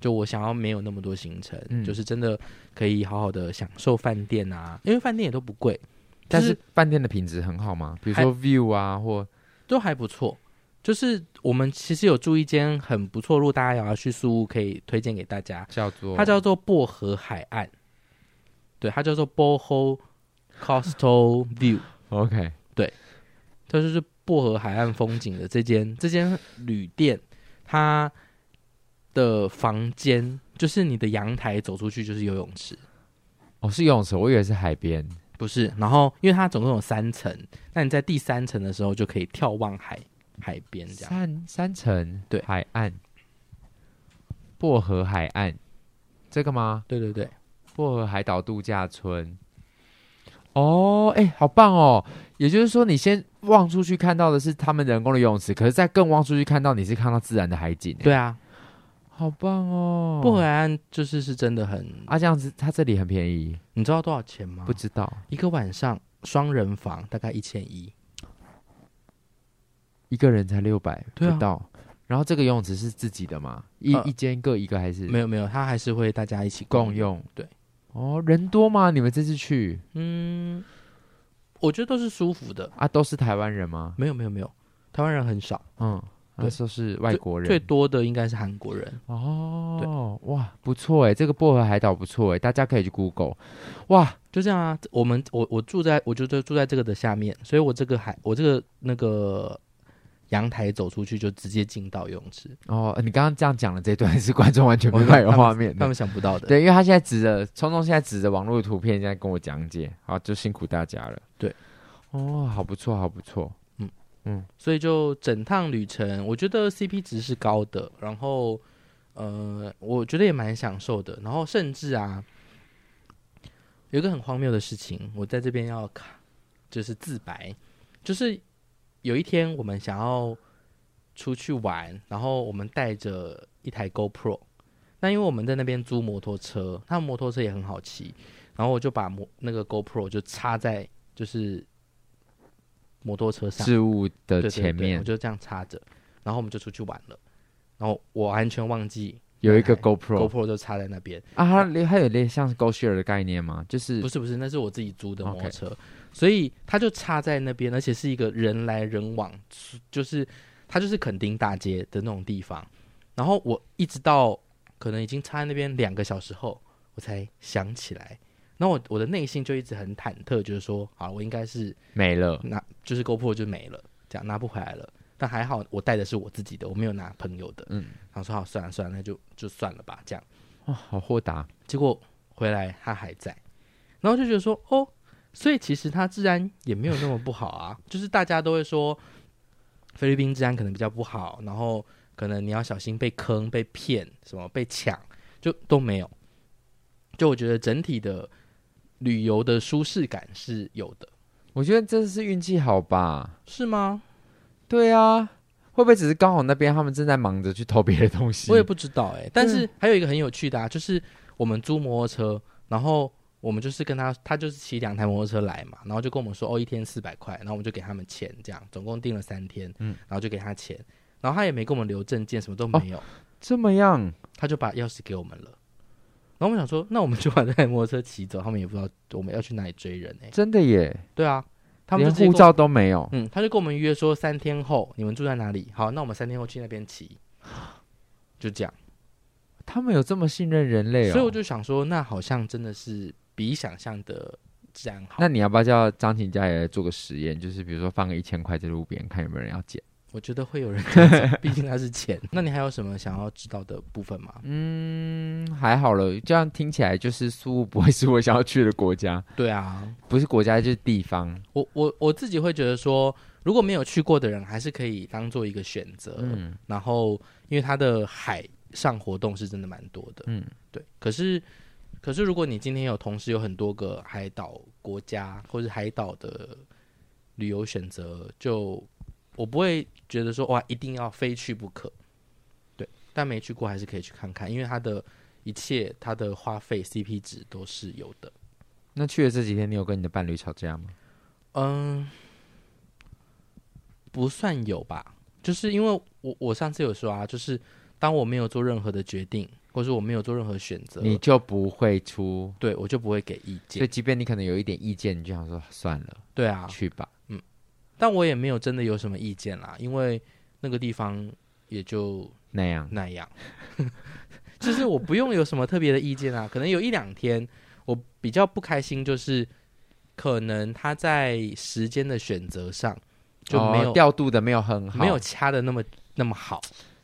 [SPEAKER 2] 就我想要没有那么多行程，
[SPEAKER 1] 嗯
[SPEAKER 2] 就是真的可以好好的享受饭店啊，因为饭店也都不贵，
[SPEAKER 1] 但
[SPEAKER 2] 就是
[SPEAKER 1] 饭店的品质很好吗？比如说 view 啊，或
[SPEAKER 2] 都还不错。就是我们其实有住一间很不错，如果大家有要去宿务，可以推荐给大家。
[SPEAKER 1] 叫做
[SPEAKER 2] 它叫做薄荷海岸，对，它叫做 Boho Coastal View，
[SPEAKER 1] OK，
[SPEAKER 2] 它就是薄荷海岸风景的这间这间旅店，它的房间就是你的阳台走出去就是游泳池，
[SPEAKER 1] 哦是游泳池，我以为是海边。
[SPEAKER 2] 不是？然后因为它总共有三层，那你在第三层的时候就可以眺望海海边这样。
[SPEAKER 1] 三三层
[SPEAKER 2] 啊对
[SPEAKER 1] 海岸，薄荷海岸这个吗？
[SPEAKER 2] 对对对，
[SPEAKER 1] 薄荷海岛度假村。哦，哎、好棒哦！也就是说，你先望出去看到的是他们人工的游泳池，可是再更望出去看到你是看到自然的海景。哎，
[SPEAKER 2] 对啊，
[SPEAKER 1] 好棒哦！
[SPEAKER 2] 薄荷海岸就是是真的很，
[SPEAKER 1] 啊，这样子，它这里很便宜，
[SPEAKER 2] 你知道多少钱吗？
[SPEAKER 1] 不知道
[SPEAKER 2] 一个晚上双人房大概一千一，
[SPEAKER 1] 一个人才六百不
[SPEAKER 2] 对啊
[SPEAKER 1] 到。然后这个游泳池是自己的吗？一、
[SPEAKER 2] 呃
[SPEAKER 1] 一间各一个还是
[SPEAKER 2] 没有没有，他还是会大家一起
[SPEAKER 1] 共。用？
[SPEAKER 2] 对。
[SPEAKER 1] 哦，人多吗？你们这次去
[SPEAKER 2] 嗯，我觉得都是舒服的。
[SPEAKER 1] 啊，都是台湾人吗？
[SPEAKER 2] 没有没有没有，台湾人很少，
[SPEAKER 1] 嗯，那
[SPEAKER 2] 对
[SPEAKER 1] 时候是外国人。
[SPEAKER 2] 最多的应该是韩国人。
[SPEAKER 1] 哦，哇，不错哎，这个薄荷海岛不错哎，大家可以去 Google。哇，
[SPEAKER 2] 就这样啊，我们我我住在我就就住在这个的下面，所以我这个海我这个那个阳台走出去就直接进到游泳池，
[SPEAKER 1] 哦，你刚刚这样讲的这段是观众完全没办法有画面
[SPEAKER 2] 他
[SPEAKER 1] 的。
[SPEAKER 2] 们想不到的。
[SPEAKER 1] 对，因为他现在指着聪聪现在指着网络的图片在跟我讲解，好，就辛苦大家了。
[SPEAKER 2] 对，
[SPEAKER 1] 哦，好不错，好不错。
[SPEAKER 2] 所以就整趟旅程，我觉得 CP 值是高的，然后呃，我觉得也蛮享受的，然后甚至啊，有一个很荒谬的事情，我在这边要卡，就是自白，就是有一天我们想要出去玩，然后我们带着一台 GoPro，那因为我们在那边租摩托车，他们摩托车也很好骑，然后我就把摩那个 GoPro 就插在就是摩托车上，
[SPEAKER 1] 事物的
[SPEAKER 2] 对对
[SPEAKER 1] 前
[SPEAKER 2] 对
[SPEAKER 1] 面
[SPEAKER 2] 我就这样插着，然后我们就出去玩了。然后我完全忘记
[SPEAKER 1] 有一个
[SPEAKER 2] 那台
[SPEAKER 1] GoPro
[SPEAKER 2] GoPro 就插在那边，
[SPEAKER 1] 啊，它类它有点像是 GoShare 的概念吗？就是
[SPEAKER 2] 不是不是，那是我自己租的摩
[SPEAKER 1] OK
[SPEAKER 2] 托车所以它就插在那边，而且是一个人来人往，就是它就是垦丁大街的那种地方。然后我一直到可能已经插在那边两个小时后，我才想起来。然后我我的内心就一直很忐忑，就是说，好，我应该是
[SPEAKER 1] 没了。
[SPEAKER 2] 拿就是 GoPro 就没了，这样拿不回来了。但还好我带的是我自己的，我没有拿朋友的。
[SPEAKER 1] 嗯
[SPEAKER 2] 嗯，然后说好算了算了，那就就算了吧，这样。
[SPEAKER 1] 哇，好豁达。
[SPEAKER 2] 结果回来他还在，然后就觉得说哦，所以其实它治安也没有那么不好啊，就是大家都会说菲律宾治安可能比较不好，然后可能你要小心被坑、被骗、什么被抢，就都没有。就我觉得整体的旅游的舒适感是有的，
[SPEAKER 1] 我觉得这是运气好吧。
[SPEAKER 2] 是吗？
[SPEAKER 1] 对啊，会不会只是刚好那边他们正在忙着去偷别的东西？
[SPEAKER 2] 我也不知道哎、
[SPEAKER 1] 啊
[SPEAKER 2] 但是还有一个很有趣的啊，就是我们租摩托车，然后我们就是跟他，他就是骑两台摩托车来嘛，然后就跟我们说哦，一天四百块，然后我们就给他们钱，这样总共订了三天，
[SPEAKER 1] 嗯
[SPEAKER 2] 然后就给他钱，然后他也没给我们留证件，什么都没有，
[SPEAKER 1] 哦这么样，
[SPEAKER 2] 他就把钥匙给我们了。然后我们想说，那我们就把这台摩托车骑走，他们也不知道我们要去哪里追人哎、
[SPEAKER 1] 真的耶，
[SPEAKER 2] 对啊，他们就
[SPEAKER 1] 连
[SPEAKER 2] 直接
[SPEAKER 1] 护
[SPEAKER 2] 跟我，
[SPEAKER 1] 照都没有。
[SPEAKER 2] 嗯，他就跟我们约说三天后你们住在哪里，好，那我们三天后去那边骑，就这样。
[SPEAKER 1] 他们有这么信任人类哦？
[SPEAKER 2] 所以我就想说，那好像真的是比想象的治安好。
[SPEAKER 1] 那你要不要叫张婷家也来做个实验？就是比如说放个一千块在路边，看有没有人要捡。
[SPEAKER 2] 我觉得会有人这样讲，毕竟它是钱。那你还有什么想要知道的部分吗？
[SPEAKER 1] 嗯，还好了，这样听起来就是苏不会是我想要去的国 家，
[SPEAKER 2] 对啊，
[SPEAKER 1] 不是国家就是地方。
[SPEAKER 2] 我我我自己会觉得说，如果没有去过的人，还是可以当做一个选择。
[SPEAKER 1] 嗯，
[SPEAKER 2] 然后，因为它的海上活动是真的蛮多的。
[SPEAKER 1] 嗯，
[SPEAKER 2] 对。可是，可是如果你今天有同时有很多个海岛国家或是海岛的旅游选择，就我不会觉得说哇一定要非去不可。对，但没去过还是可以去看看，因为它的一切它的花费 CP 值都是有的。
[SPEAKER 1] 那去的这几天，你有跟你的伴侣吵架吗？
[SPEAKER 2] 嗯，不算有吧，就是因为我我上次有说啊，就是当我没有做任何的决定，或是我没有做任何选择，
[SPEAKER 1] 你就不会出。
[SPEAKER 2] 对我就不会给意
[SPEAKER 1] 所以，
[SPEAKER 2] 见。
[SPEAKER 1] 即便你可能有一点意见，你就想说算了，
[SPEAKER 2] 对啊，
[SPEAKER 1] 去吧。
[SPEAKER 2] 但我也没有真的有什么意见啦，因为那个地方也就
[SPEAKER 1] 那样，
[SPEAKER 2] 那样， 就是我不用有什么特别的意见啊。可能有一两天我比较不开心，就是可能他在时间的选择上就没有、
[SPEAKER 1] 哦调度的没有很好，
[SPEAKER 2] 没有。掐的那么那么好，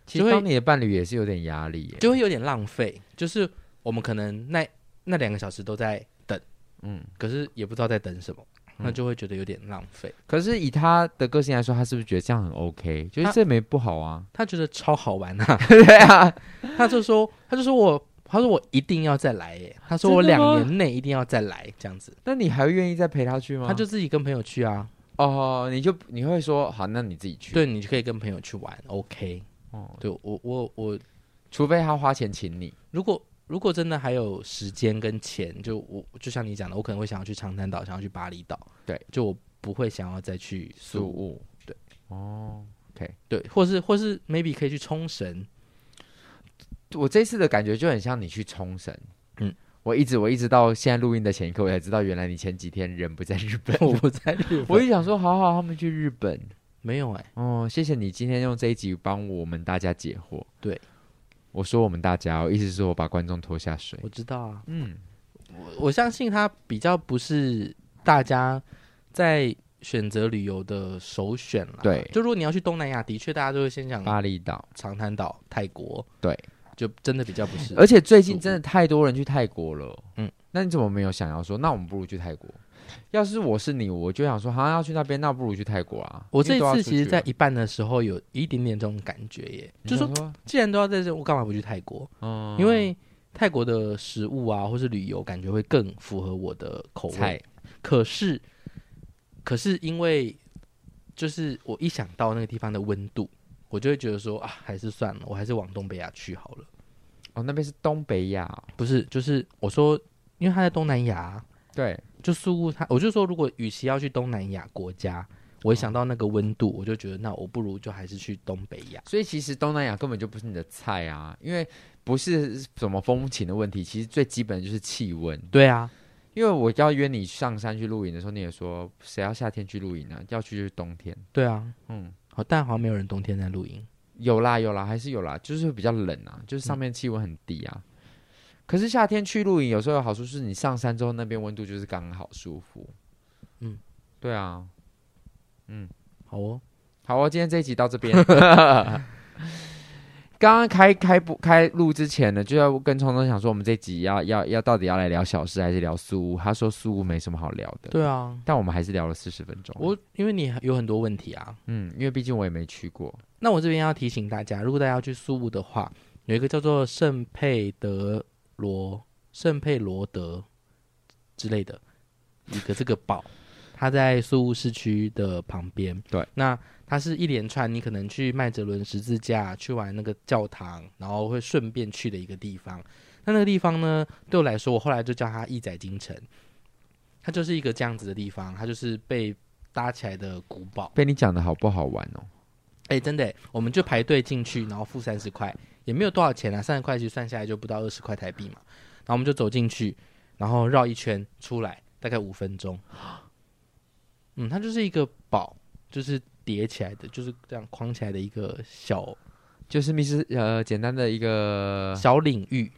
[SPEAKER 1] 其实
[SPEAKER 2] 就会
[SPEAKER 1] 当你的伴侣也是有点压力耶，
[SPEAKER 2] 就会有点浪费。就是我们可能那那两个小时都在等，
[SPEAKER 1] 嗯。
[SPEAKER 2] 可是也不知道在等什么，那
[SPEAKER 1] 嗯
[SPEAKER 2] 就会觉得有点浪费。
[SPEAKER 1] 可是以他的个性来说，他是不是觉得这样很 OK？就是
[SPEAKER 2] 他
[SPEAKER 1] 这没不好 啊。
[SPEAKER 2] 他觉得超好玩啊，
[SPEAKER 1] 对啊，
[SPEAKER 2] 他就说他就说我。他说我一定要再来耶！他说我
[SPEAKER 1] 真的
[SPEAKER 2] 两
[SPEAKER 1] 吗
[SPEAKER 2] 年内一定要再来这样子，
[SPEAKER 1] 那你还愿意再陪他去吗？
[SPEAKER 2] 他就自己跟朋友去啊。
[SPEAKER 1] 哦，你就你会说好，那你自己去。，
[SPEAKER 2] 对，你可以跟朋友去玩，OK。
[SPEAKER 1] 哦，
[SPEAKER 2] 对我，我，我，
[SPEAKER 1] 除非他花钱请你。
[SPEAKER 2] 如果如果真的还有时间跟钱，就我就像你讲的，我可能会想要去长滩岛，想要去巴厘岛，
[SPEAKER 1] 对，
[SPEAKER 2] 就我不会想要再去
[SPEAKER 1] 宿
[SPEAKER 2] 苏，
[SPEAKER 1] 务，
[SPEAKER 2] 对，
[SPEAKER 1] 哦，OK，
[SPEAKER 2] 对，或是或是 maybe 可以去冲绳，
[SPEAKER 1] 我这次的感觉就很像你去冲绳，嗯
[SPEAKER 2] 嗯，，
[SPEAKER 1] 我一直我一直到现在录音的前一刻，我才知道原来你前几天人不在日本
[SPEAKER 2] 我不在日本，
[SPEAKER 1] 我一想说好好，他们去日本，
[SPEAKER 2] 没有哎、
[SPEAKER 1] 哦，谢谢你今天用这一集帮我们大家解惑，
[SPEAKER 2] 对，
[SPEAKER 1] 我说我们大家，哦我意思是我把观众拖下水，
[SPEAKER 2] 我知道啊，
[SPEAKER 1] 嗯，
[SPEAKER 2] 我我相信它比较不是大家在选择旅游的首选啦。
[SPEAKER 1] 对
[SPEAKER 2] 就如果你要去东南亚，的确大家都会先想
[SPEAKER 1] 巴厘岛，
[SPEAKER 2] 长滩岛、泰国，
[SPEAKER 1] 对，
[SPEAKER 2] 就真的比较不是。
[SPEAKER 1] 而且最近真的太多人去泰国了，嗯
[SPEAKER 2] 嗯，
[SPEAKER 1] 那你怎么没有想要说，那我们不如去泰国？要是我是你，我就想说，好像要去那边，那不如去泰国啊。
[SPEAKER 2] 我
[SPEAKER 1] 因为
[SPEAKER 2] 这
[SPEAKER 1] 都要
[SPEAKER 2] 次
[SPEAKER 1] 出
[SPEAKER 2] 其实，
[SPEAKER 1] 去
[SPEAKER 2] 在
[SPEAKER 1] 了
[SPEAKER 2] 一半的时候有一点点这种感觉耶，
[SPEAKER 1] 你
[SPEAKER 2] 就是
[SPEAKER 1] 想
[SPEAKER 2] 说，
[SPEAKER 1] 说
[SPEAKER 2] 既然都要在这，我干嘛不去泰国？
[SPEAKER 1] 嗯
[SPEAKER 2] 因为泰国的食物啊，或是旅游，感觉会更符合我的口
[SPEAKER 1] 菜
[SPEAKER 2] 味。可是，可是因为就是我一想到那个地方的温度，我就会觉得说啊，还是算了，我还是往东北亚去好了。
[SPEAKER 1] 哦，那边是东北亚哦、
[SPEAKER 2] 不是，就是我说，因为他在东南亚，
[SPEAKER 1] 对，
[SPEAKER 2] 就苏屋他，我就说，如果与其要去东南亚国家，我一想到那个温度，我就觉得那我不如就还是去东北亚。
[SPEAKER 1] 所以其实东南亚根本就不是你的菜啊，因为不是什么风情的问题，其实最基本的就是气温。
[SPEAKER 2] 对啊，
[SPEAKER 1] 因为我要约你上山去露营的时候，你也说谁要夏天去露营啊？要去就是冬天。
[SPEAKER 2] 对啊，
[SPEAKER 1] 嗯，
[SPEAKER 2] 好，但好像没有人冬天在露营。
[SPEAKER 1] 有啦有啦，还是有啦，就是比较冷啊，就是
[SPEAKER 2] 嗯
[SPEAKER 1] 上面气温很低啊。可是夏天去露营有时候有好处是你上山之后那边温度就是刚好舒服。嗯
[SPEAKER 2] 嗯，
[SPEAKER 1] 对啊。
[SPEAKER 2] 好哦，
[SPEAKER 1] 好哦，今天这一集到这边。 刚刚开开不开录之前呢，就要跟聪聪想说，我们这集要要要到底要来聊小事还是聊苏屋？他说苏屋没什么好聊的，
[SPEAKER 2] 对啊，
[SPEAKER 1] 但我们还是聊了四十分钟。
[SPEAKER 2] 我因为你有很多问题啊，
[SPEAKER 1] 嗯，因为毕竟我也没去过，
[SPEAKER 2] 那我这边要提醒大家，如果大家要去苏屋的话，有一个叫做圣佩德罗、圣佩罗德之类的一个这个堡，它在苏屋市区的旁边。
[SPEAKER 1] 对，
[SPEAKER 2] 那它是一连串，你可能去麦哲伦十字架，去玩那个教堂，然后会顺便去的一个地方。那那个地方呢，对我来说，我后来就叫它义载京城。它就是一个这样子的地方，它就是被搭起来的古堡。
[SPEAKER 1] 被你讲的好不好玩哦？
[SPEAKER 2] 哎、真的欸，我们就排队进去，然后付三十块，也没有多少钱啊，三十块其实算下来就不到二十块台币嘛。然后我们就走进去，然后绕一圈出来，大概五分钟。嗯，它就是一个堡，就是叠起来的，就是这样框起来的一个小
[SPEAKER 1] 就是密室呃简单的一个
[SPEAKER 2] 小领域，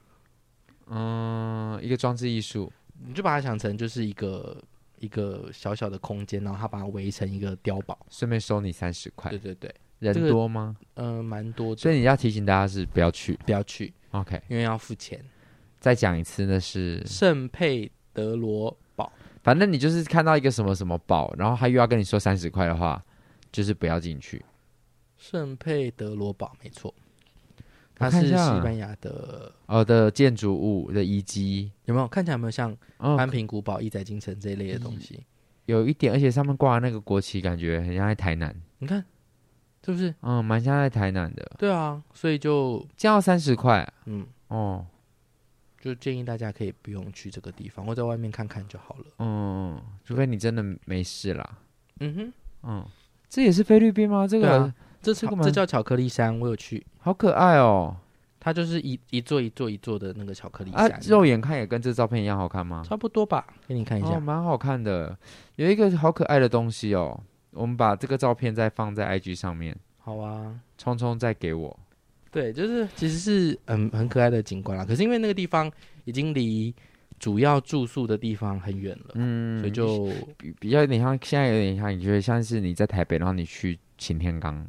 [SPEAKER 1] 嗯一个装置艺术，
[SPEAKER 2] 你就把它想成就是一个一个小小的空间，然后它把它围成一个碉堡。
[SPEAKER 1] 顺便收你三十块
[SPEAKER 2] 对，对对，
[SPEAKER 1] 人
[SPEAKER 2] 这个
[SPEAKER 1] 多吗？
[SPEAKER 2] 嗯、蛮多的，
[SPEAKER 1] 所以你要提醒大家是不要去。
[SPEAKER 2] 不要去，
[SPEAKER 1] OK，
[SPEAKER 2] 因为要付钱。
[SPEAKER 1] 再讲一次那是
[SPEAKER 2] 圣佩德罗堡。
[SPEAKER 1] 反正你就是看到一个什么什么宝，然后他又要跟你说三十块的话，就是不要进去。
[SPEAKER 2] 圣佩德罗堡，没错，
[SPEAKER 1] 我
[SPEAKER 2] 它
[SPEAKER 1] 看
[SPEAKER 2] 是
[SPEAKER 1] 一
[SPEAKER 2] 西
[SPEAKER 1] 下
[SPEAKER 2] 班牙的，
[SPEAKER 1] 哦的建筑物的遗迹，
[SPEAKER 2] 有没有看起来有没有像
[SPEAKER 1] 嗯
[SPEAKER 2] 安，平古堡、义载京城这一类的东西？
[SPEAKER 1] 有一点，而且上面挂的那个国旗，感觉很像在台南，
[SPEAKER 2] 你看是不是？
[SPEAKER 1] 嗯，蛮像在台南的，
[SPEAKER 2] 对啊，所以就
[SPEAKER 1] 这样三十块
[SPEAKER 2] 嗯，
[SPEAKER 1] 哦，
[SPEAKER 2] 就建议大家可以不用去这个地方，或在
[SPEAKER 1] 哦嗯
[SPEAKER 2] 外面看看就好了。
[SPEAKER 1] 嗯，除非你真的没事啦，
[SPEAKER 2] 嗯哼，
[SPEAKER 1] 嗯，这也是菲律宾吗？这
[SPEAKER 2] 对
[SPEAKER 1] 个、
[SPEAKER 2] 啊这是
[SPEAKER 1] 这个吗
[SPEAKER 2] 这叫巧克力山，我有去，
[SPEAKER 1] 好可爱哦！
[SPEAKER 2] 它就是一一座一座一座的那个巧克力
[SPEAKER 1] 啊
[SPEAKER 2] 山，，
[SPEAKER 1] 肉眼看也跟这照片一样好看吗？
[SPEAKER 2] 差不多吧，给你看一
[SPEAKER 1] 哦，
[SPEAKER 2] 下。
[SPEAKER 1] 蛮好看的，有一个好可爱的东西哦。我们把这个照片再放在 IG 上面，
[SPEAKER 2] 好啊，
[SPEAKER 1] 聪聪再给我。
[SPEAKER 2] 对，就是其实是嗯很可爱的景观啦，可是因为那个地方已经离主要住宿的地方很远了，
[SPEAKER 1] 嗯
[SPEAKER 2] 所以就
[SPEAKER 1] 比比较有点像，现在有点像，你觉得像是你在台北，然后你去擎天岗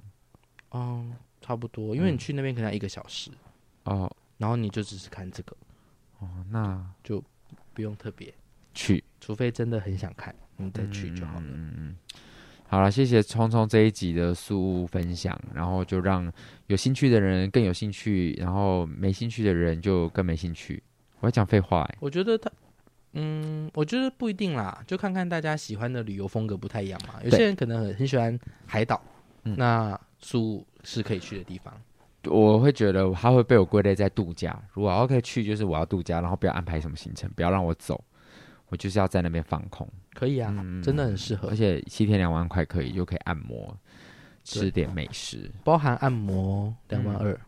[SPEAKER 2] 哦差不多，因为你
[SPEAKER 1] 嗯
[SPEAKER 2] 去那边可能要一个小时，
[SPEAKER 1] 哦
[SPEAKER 2] 然后你就只是看这个，
[SPEAKER 1] 哦，那
[SPEAKER 2] 不用特别，
[SPEAKER 1] 去
[SPEAKER 2] 除非真的很想看，你再去就好了。
[SPEAKER 1] 嗯好了，谢谢聪聪这一集的宿务分享，然后就让有兴趣的人更有兴趣，然后没兴趣的人就更没兴趣。我要讲废话哎、
[SPEAKER 2] 我觉得他，嗯，我觉得不一定啦，就看看大家喜欢的旅游风格不太一样嘛。有些人可能很很喜欢海岛，
[SPEAKER 1] 嗯
[SPEAKER 2] 那苏是可以去的地方。
[SPEAKER 1] 我会觉得他会被我归类在度假。如果 OK 去，就是我要度假，然后不要安排什么行程，不要让我走，我就是要在那边放空，
[SPEAKER 2] 可以啊，
[SPEAKER 1] 嗯
[SPEAKER 2] 真的很适合
[SPEAKER 1] 而，且七天两万块可以，就可以按摩，吃点美食。
[SPEAKER 2] 包含按摩两万二。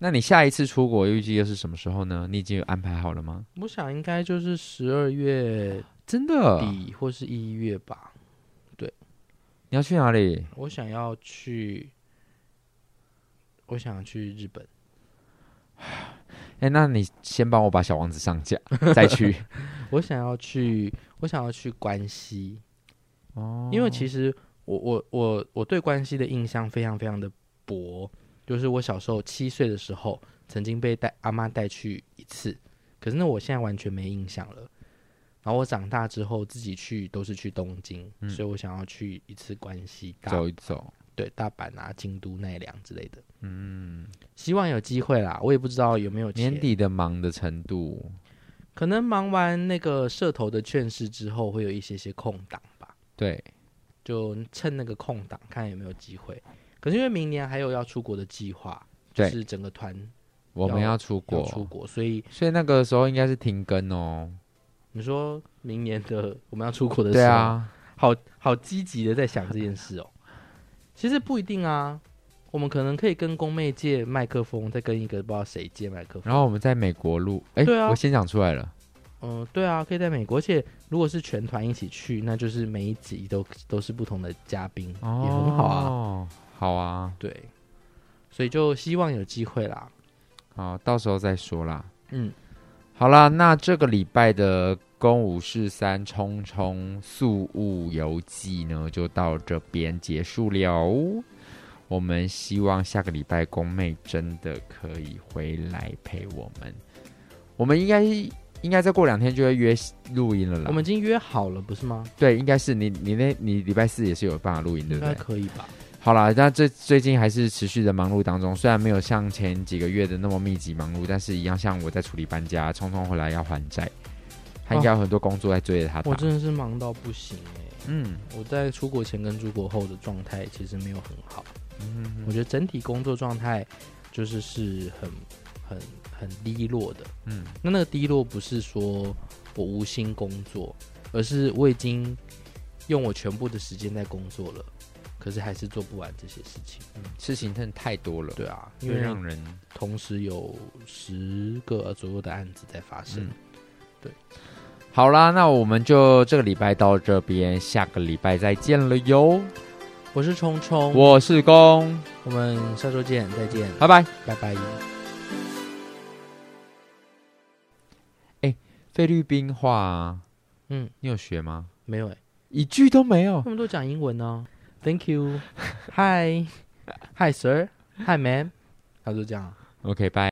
[SPEAKER 1] 那你下一次出国预计又是什么时候呢？你已经有安排好了吗？
[SPEAKER 2] 我想应该就是十二月
[SPEAKER 1] 真的？
[SPEAKER 2] 底或是一月吧。
[SPEAKER 1] 你要去哪里？
[SPEAKER 2] 我想要去，我想去日本。
[SPEAKER 1] 哎、那你先帮我把小王子上架， 再去。
[SPEAKER 2] 我想要去，我想要去关西。哦，因为其实我我我我对关西的印象非常非常的薄，就是我小时候七岁的时候曾经被带阿妈带去一次，可是呢我现在完全没印象了。然后我长大之后自己去都是去东京，
[SPEAKER 1] 嗯
[SPEAKER 2] 所以我想要去一次关西大
[SPEAKER 1] 走一走。
[SPEAKER 2] 对大阪啊、京都、奈良之类的。嗯，希望有机会啦，我也不知道有没有钱
[SPEAKER 1] 年底的忙的程度，
[SPEAKER 2] 可能忙完那个社头的劝世之后，会有一些些空档吧，
[SPEAKER 1] 对，
[SPEAKER 2] 就趁那个空档看有没有机会。可是因为明年还有要出国的计划，就
[SPEAKER 1] 对
[SPEAKER 2] 是整个团
[SPEAKER 1] 我们
[SPEAKER 2] 要
[SPEAKER 1] 要出
[SPEAKER 2] 要
[SPEAKER 1] 国，
[SPEAKER 2] 出国，所以
[SPEAKER 1] 所以那个时候应该是停更哦。
[SPEAKER 2] 你说明年的我们要出国的时
[SPEAKER 1] 对，
[SPEAKER 2] 候，
[SPEAKER 1] 啊，
[SPEAKER 2] 好好积极的在想这件事哦。其实不一定啊，我们可能可以跟宫妹借麦克风，再跟一个不知道谁借麦克风。
[SPEAKER 1] 然后我们在美国录，哎、
[SPEAKER 2] 对啊
[SPEAKER 1] 我先讲出来了，
[SPEAKER 2] 嗯、对啊，可以在美国，而且如果是全团一起去，那就是每一集都都是不同的嘉宾，
[SPEAKER 1] 哦，
[SPEAKER 2] 也很好啊。
[SPEAKER 1] 啊，好啊，
[SPEAKER 2] 对，所以就希望有机会啦。
[SPEAKER 1] 好，到时候再说啦。
[SPEAKER 2] 嗯，
[SPEAKER 1] 好啦，那这个礼拜的《公五四三冲冲速物游记》呢，就到这边结束了。我们希望下个礼拜宫妹真的可以回来陪我们。我们应该应该再过两天就会约录音了啦。
[SPEAKER 2] 我们已经约好了，不是吗？
[SPEAKER 1] 对，应该是你你那你礼拜四也是有办法录音，对
[SPEAKER 2] 应
[SPEAKER 1] 不
[SPEAKER 2] 该
[SPEAKER 1] 对？
[SPEAKER 2] 可以吧？
[SPEAKER 1] 好啦，那最最近还是持续的忙碌当中，虽然没有像前几个月的那么密集忙碌，但是一样像我在处理搬家，匆匆回来要还债，他应该有很多工作在追着他打。
[SPEAKER 2] 我真的是忙到不行哎、
[SPEAKER 1] 嗯
[SPEAKER 2] 我在出国前跟出国后的状态其实没有很好，
[SPEAKER 1] 嗯
[SPEAKER 2] 我觉得整体工作状态就是是很很很低落的。
[SPEAKER 1] 嗯，
[SPEAKER 2] 那那个低落不是说我无心工作，而是我已经用我全部的时间在工作了，可是还是做不完这些事情。
[SPEAKER 1] 事情真的太多了，
[SPEAKER 2] 对啊，因
[SPEAKER 1] 会
[SPEAKER 2] 为
[SPEAKER 1] 让人
[SPEAKER 2] 同时有十个左右的案子在发生。
[SPEAKER 1] 嗯好啦。那我们就这个礼拜到这边，下个礼拜再见了哟。
[SPEAKER 2] 我是冲冲，我
[SPEAKER 1] 我是公，
[SPEAKER 2] 我们下周见，再见，
[SPEAKER 1] 拜拜。
[SPEAKER 2] 拜拜。
[SPEAKER 1] 菲律宾话，
[SPEAKER 2] 嗯，
[SPEAKER 1] 你有学吗？
[SPEAKER 2] 没有哎、
[SPEAKER 1] 一句都没有
[SPEAKER 2] 他。们都讲英文呢、Thank you，Hi，Hi Sir，Hi Ma'am，他就这样啊。
[SPEAKER 1] OK，拜。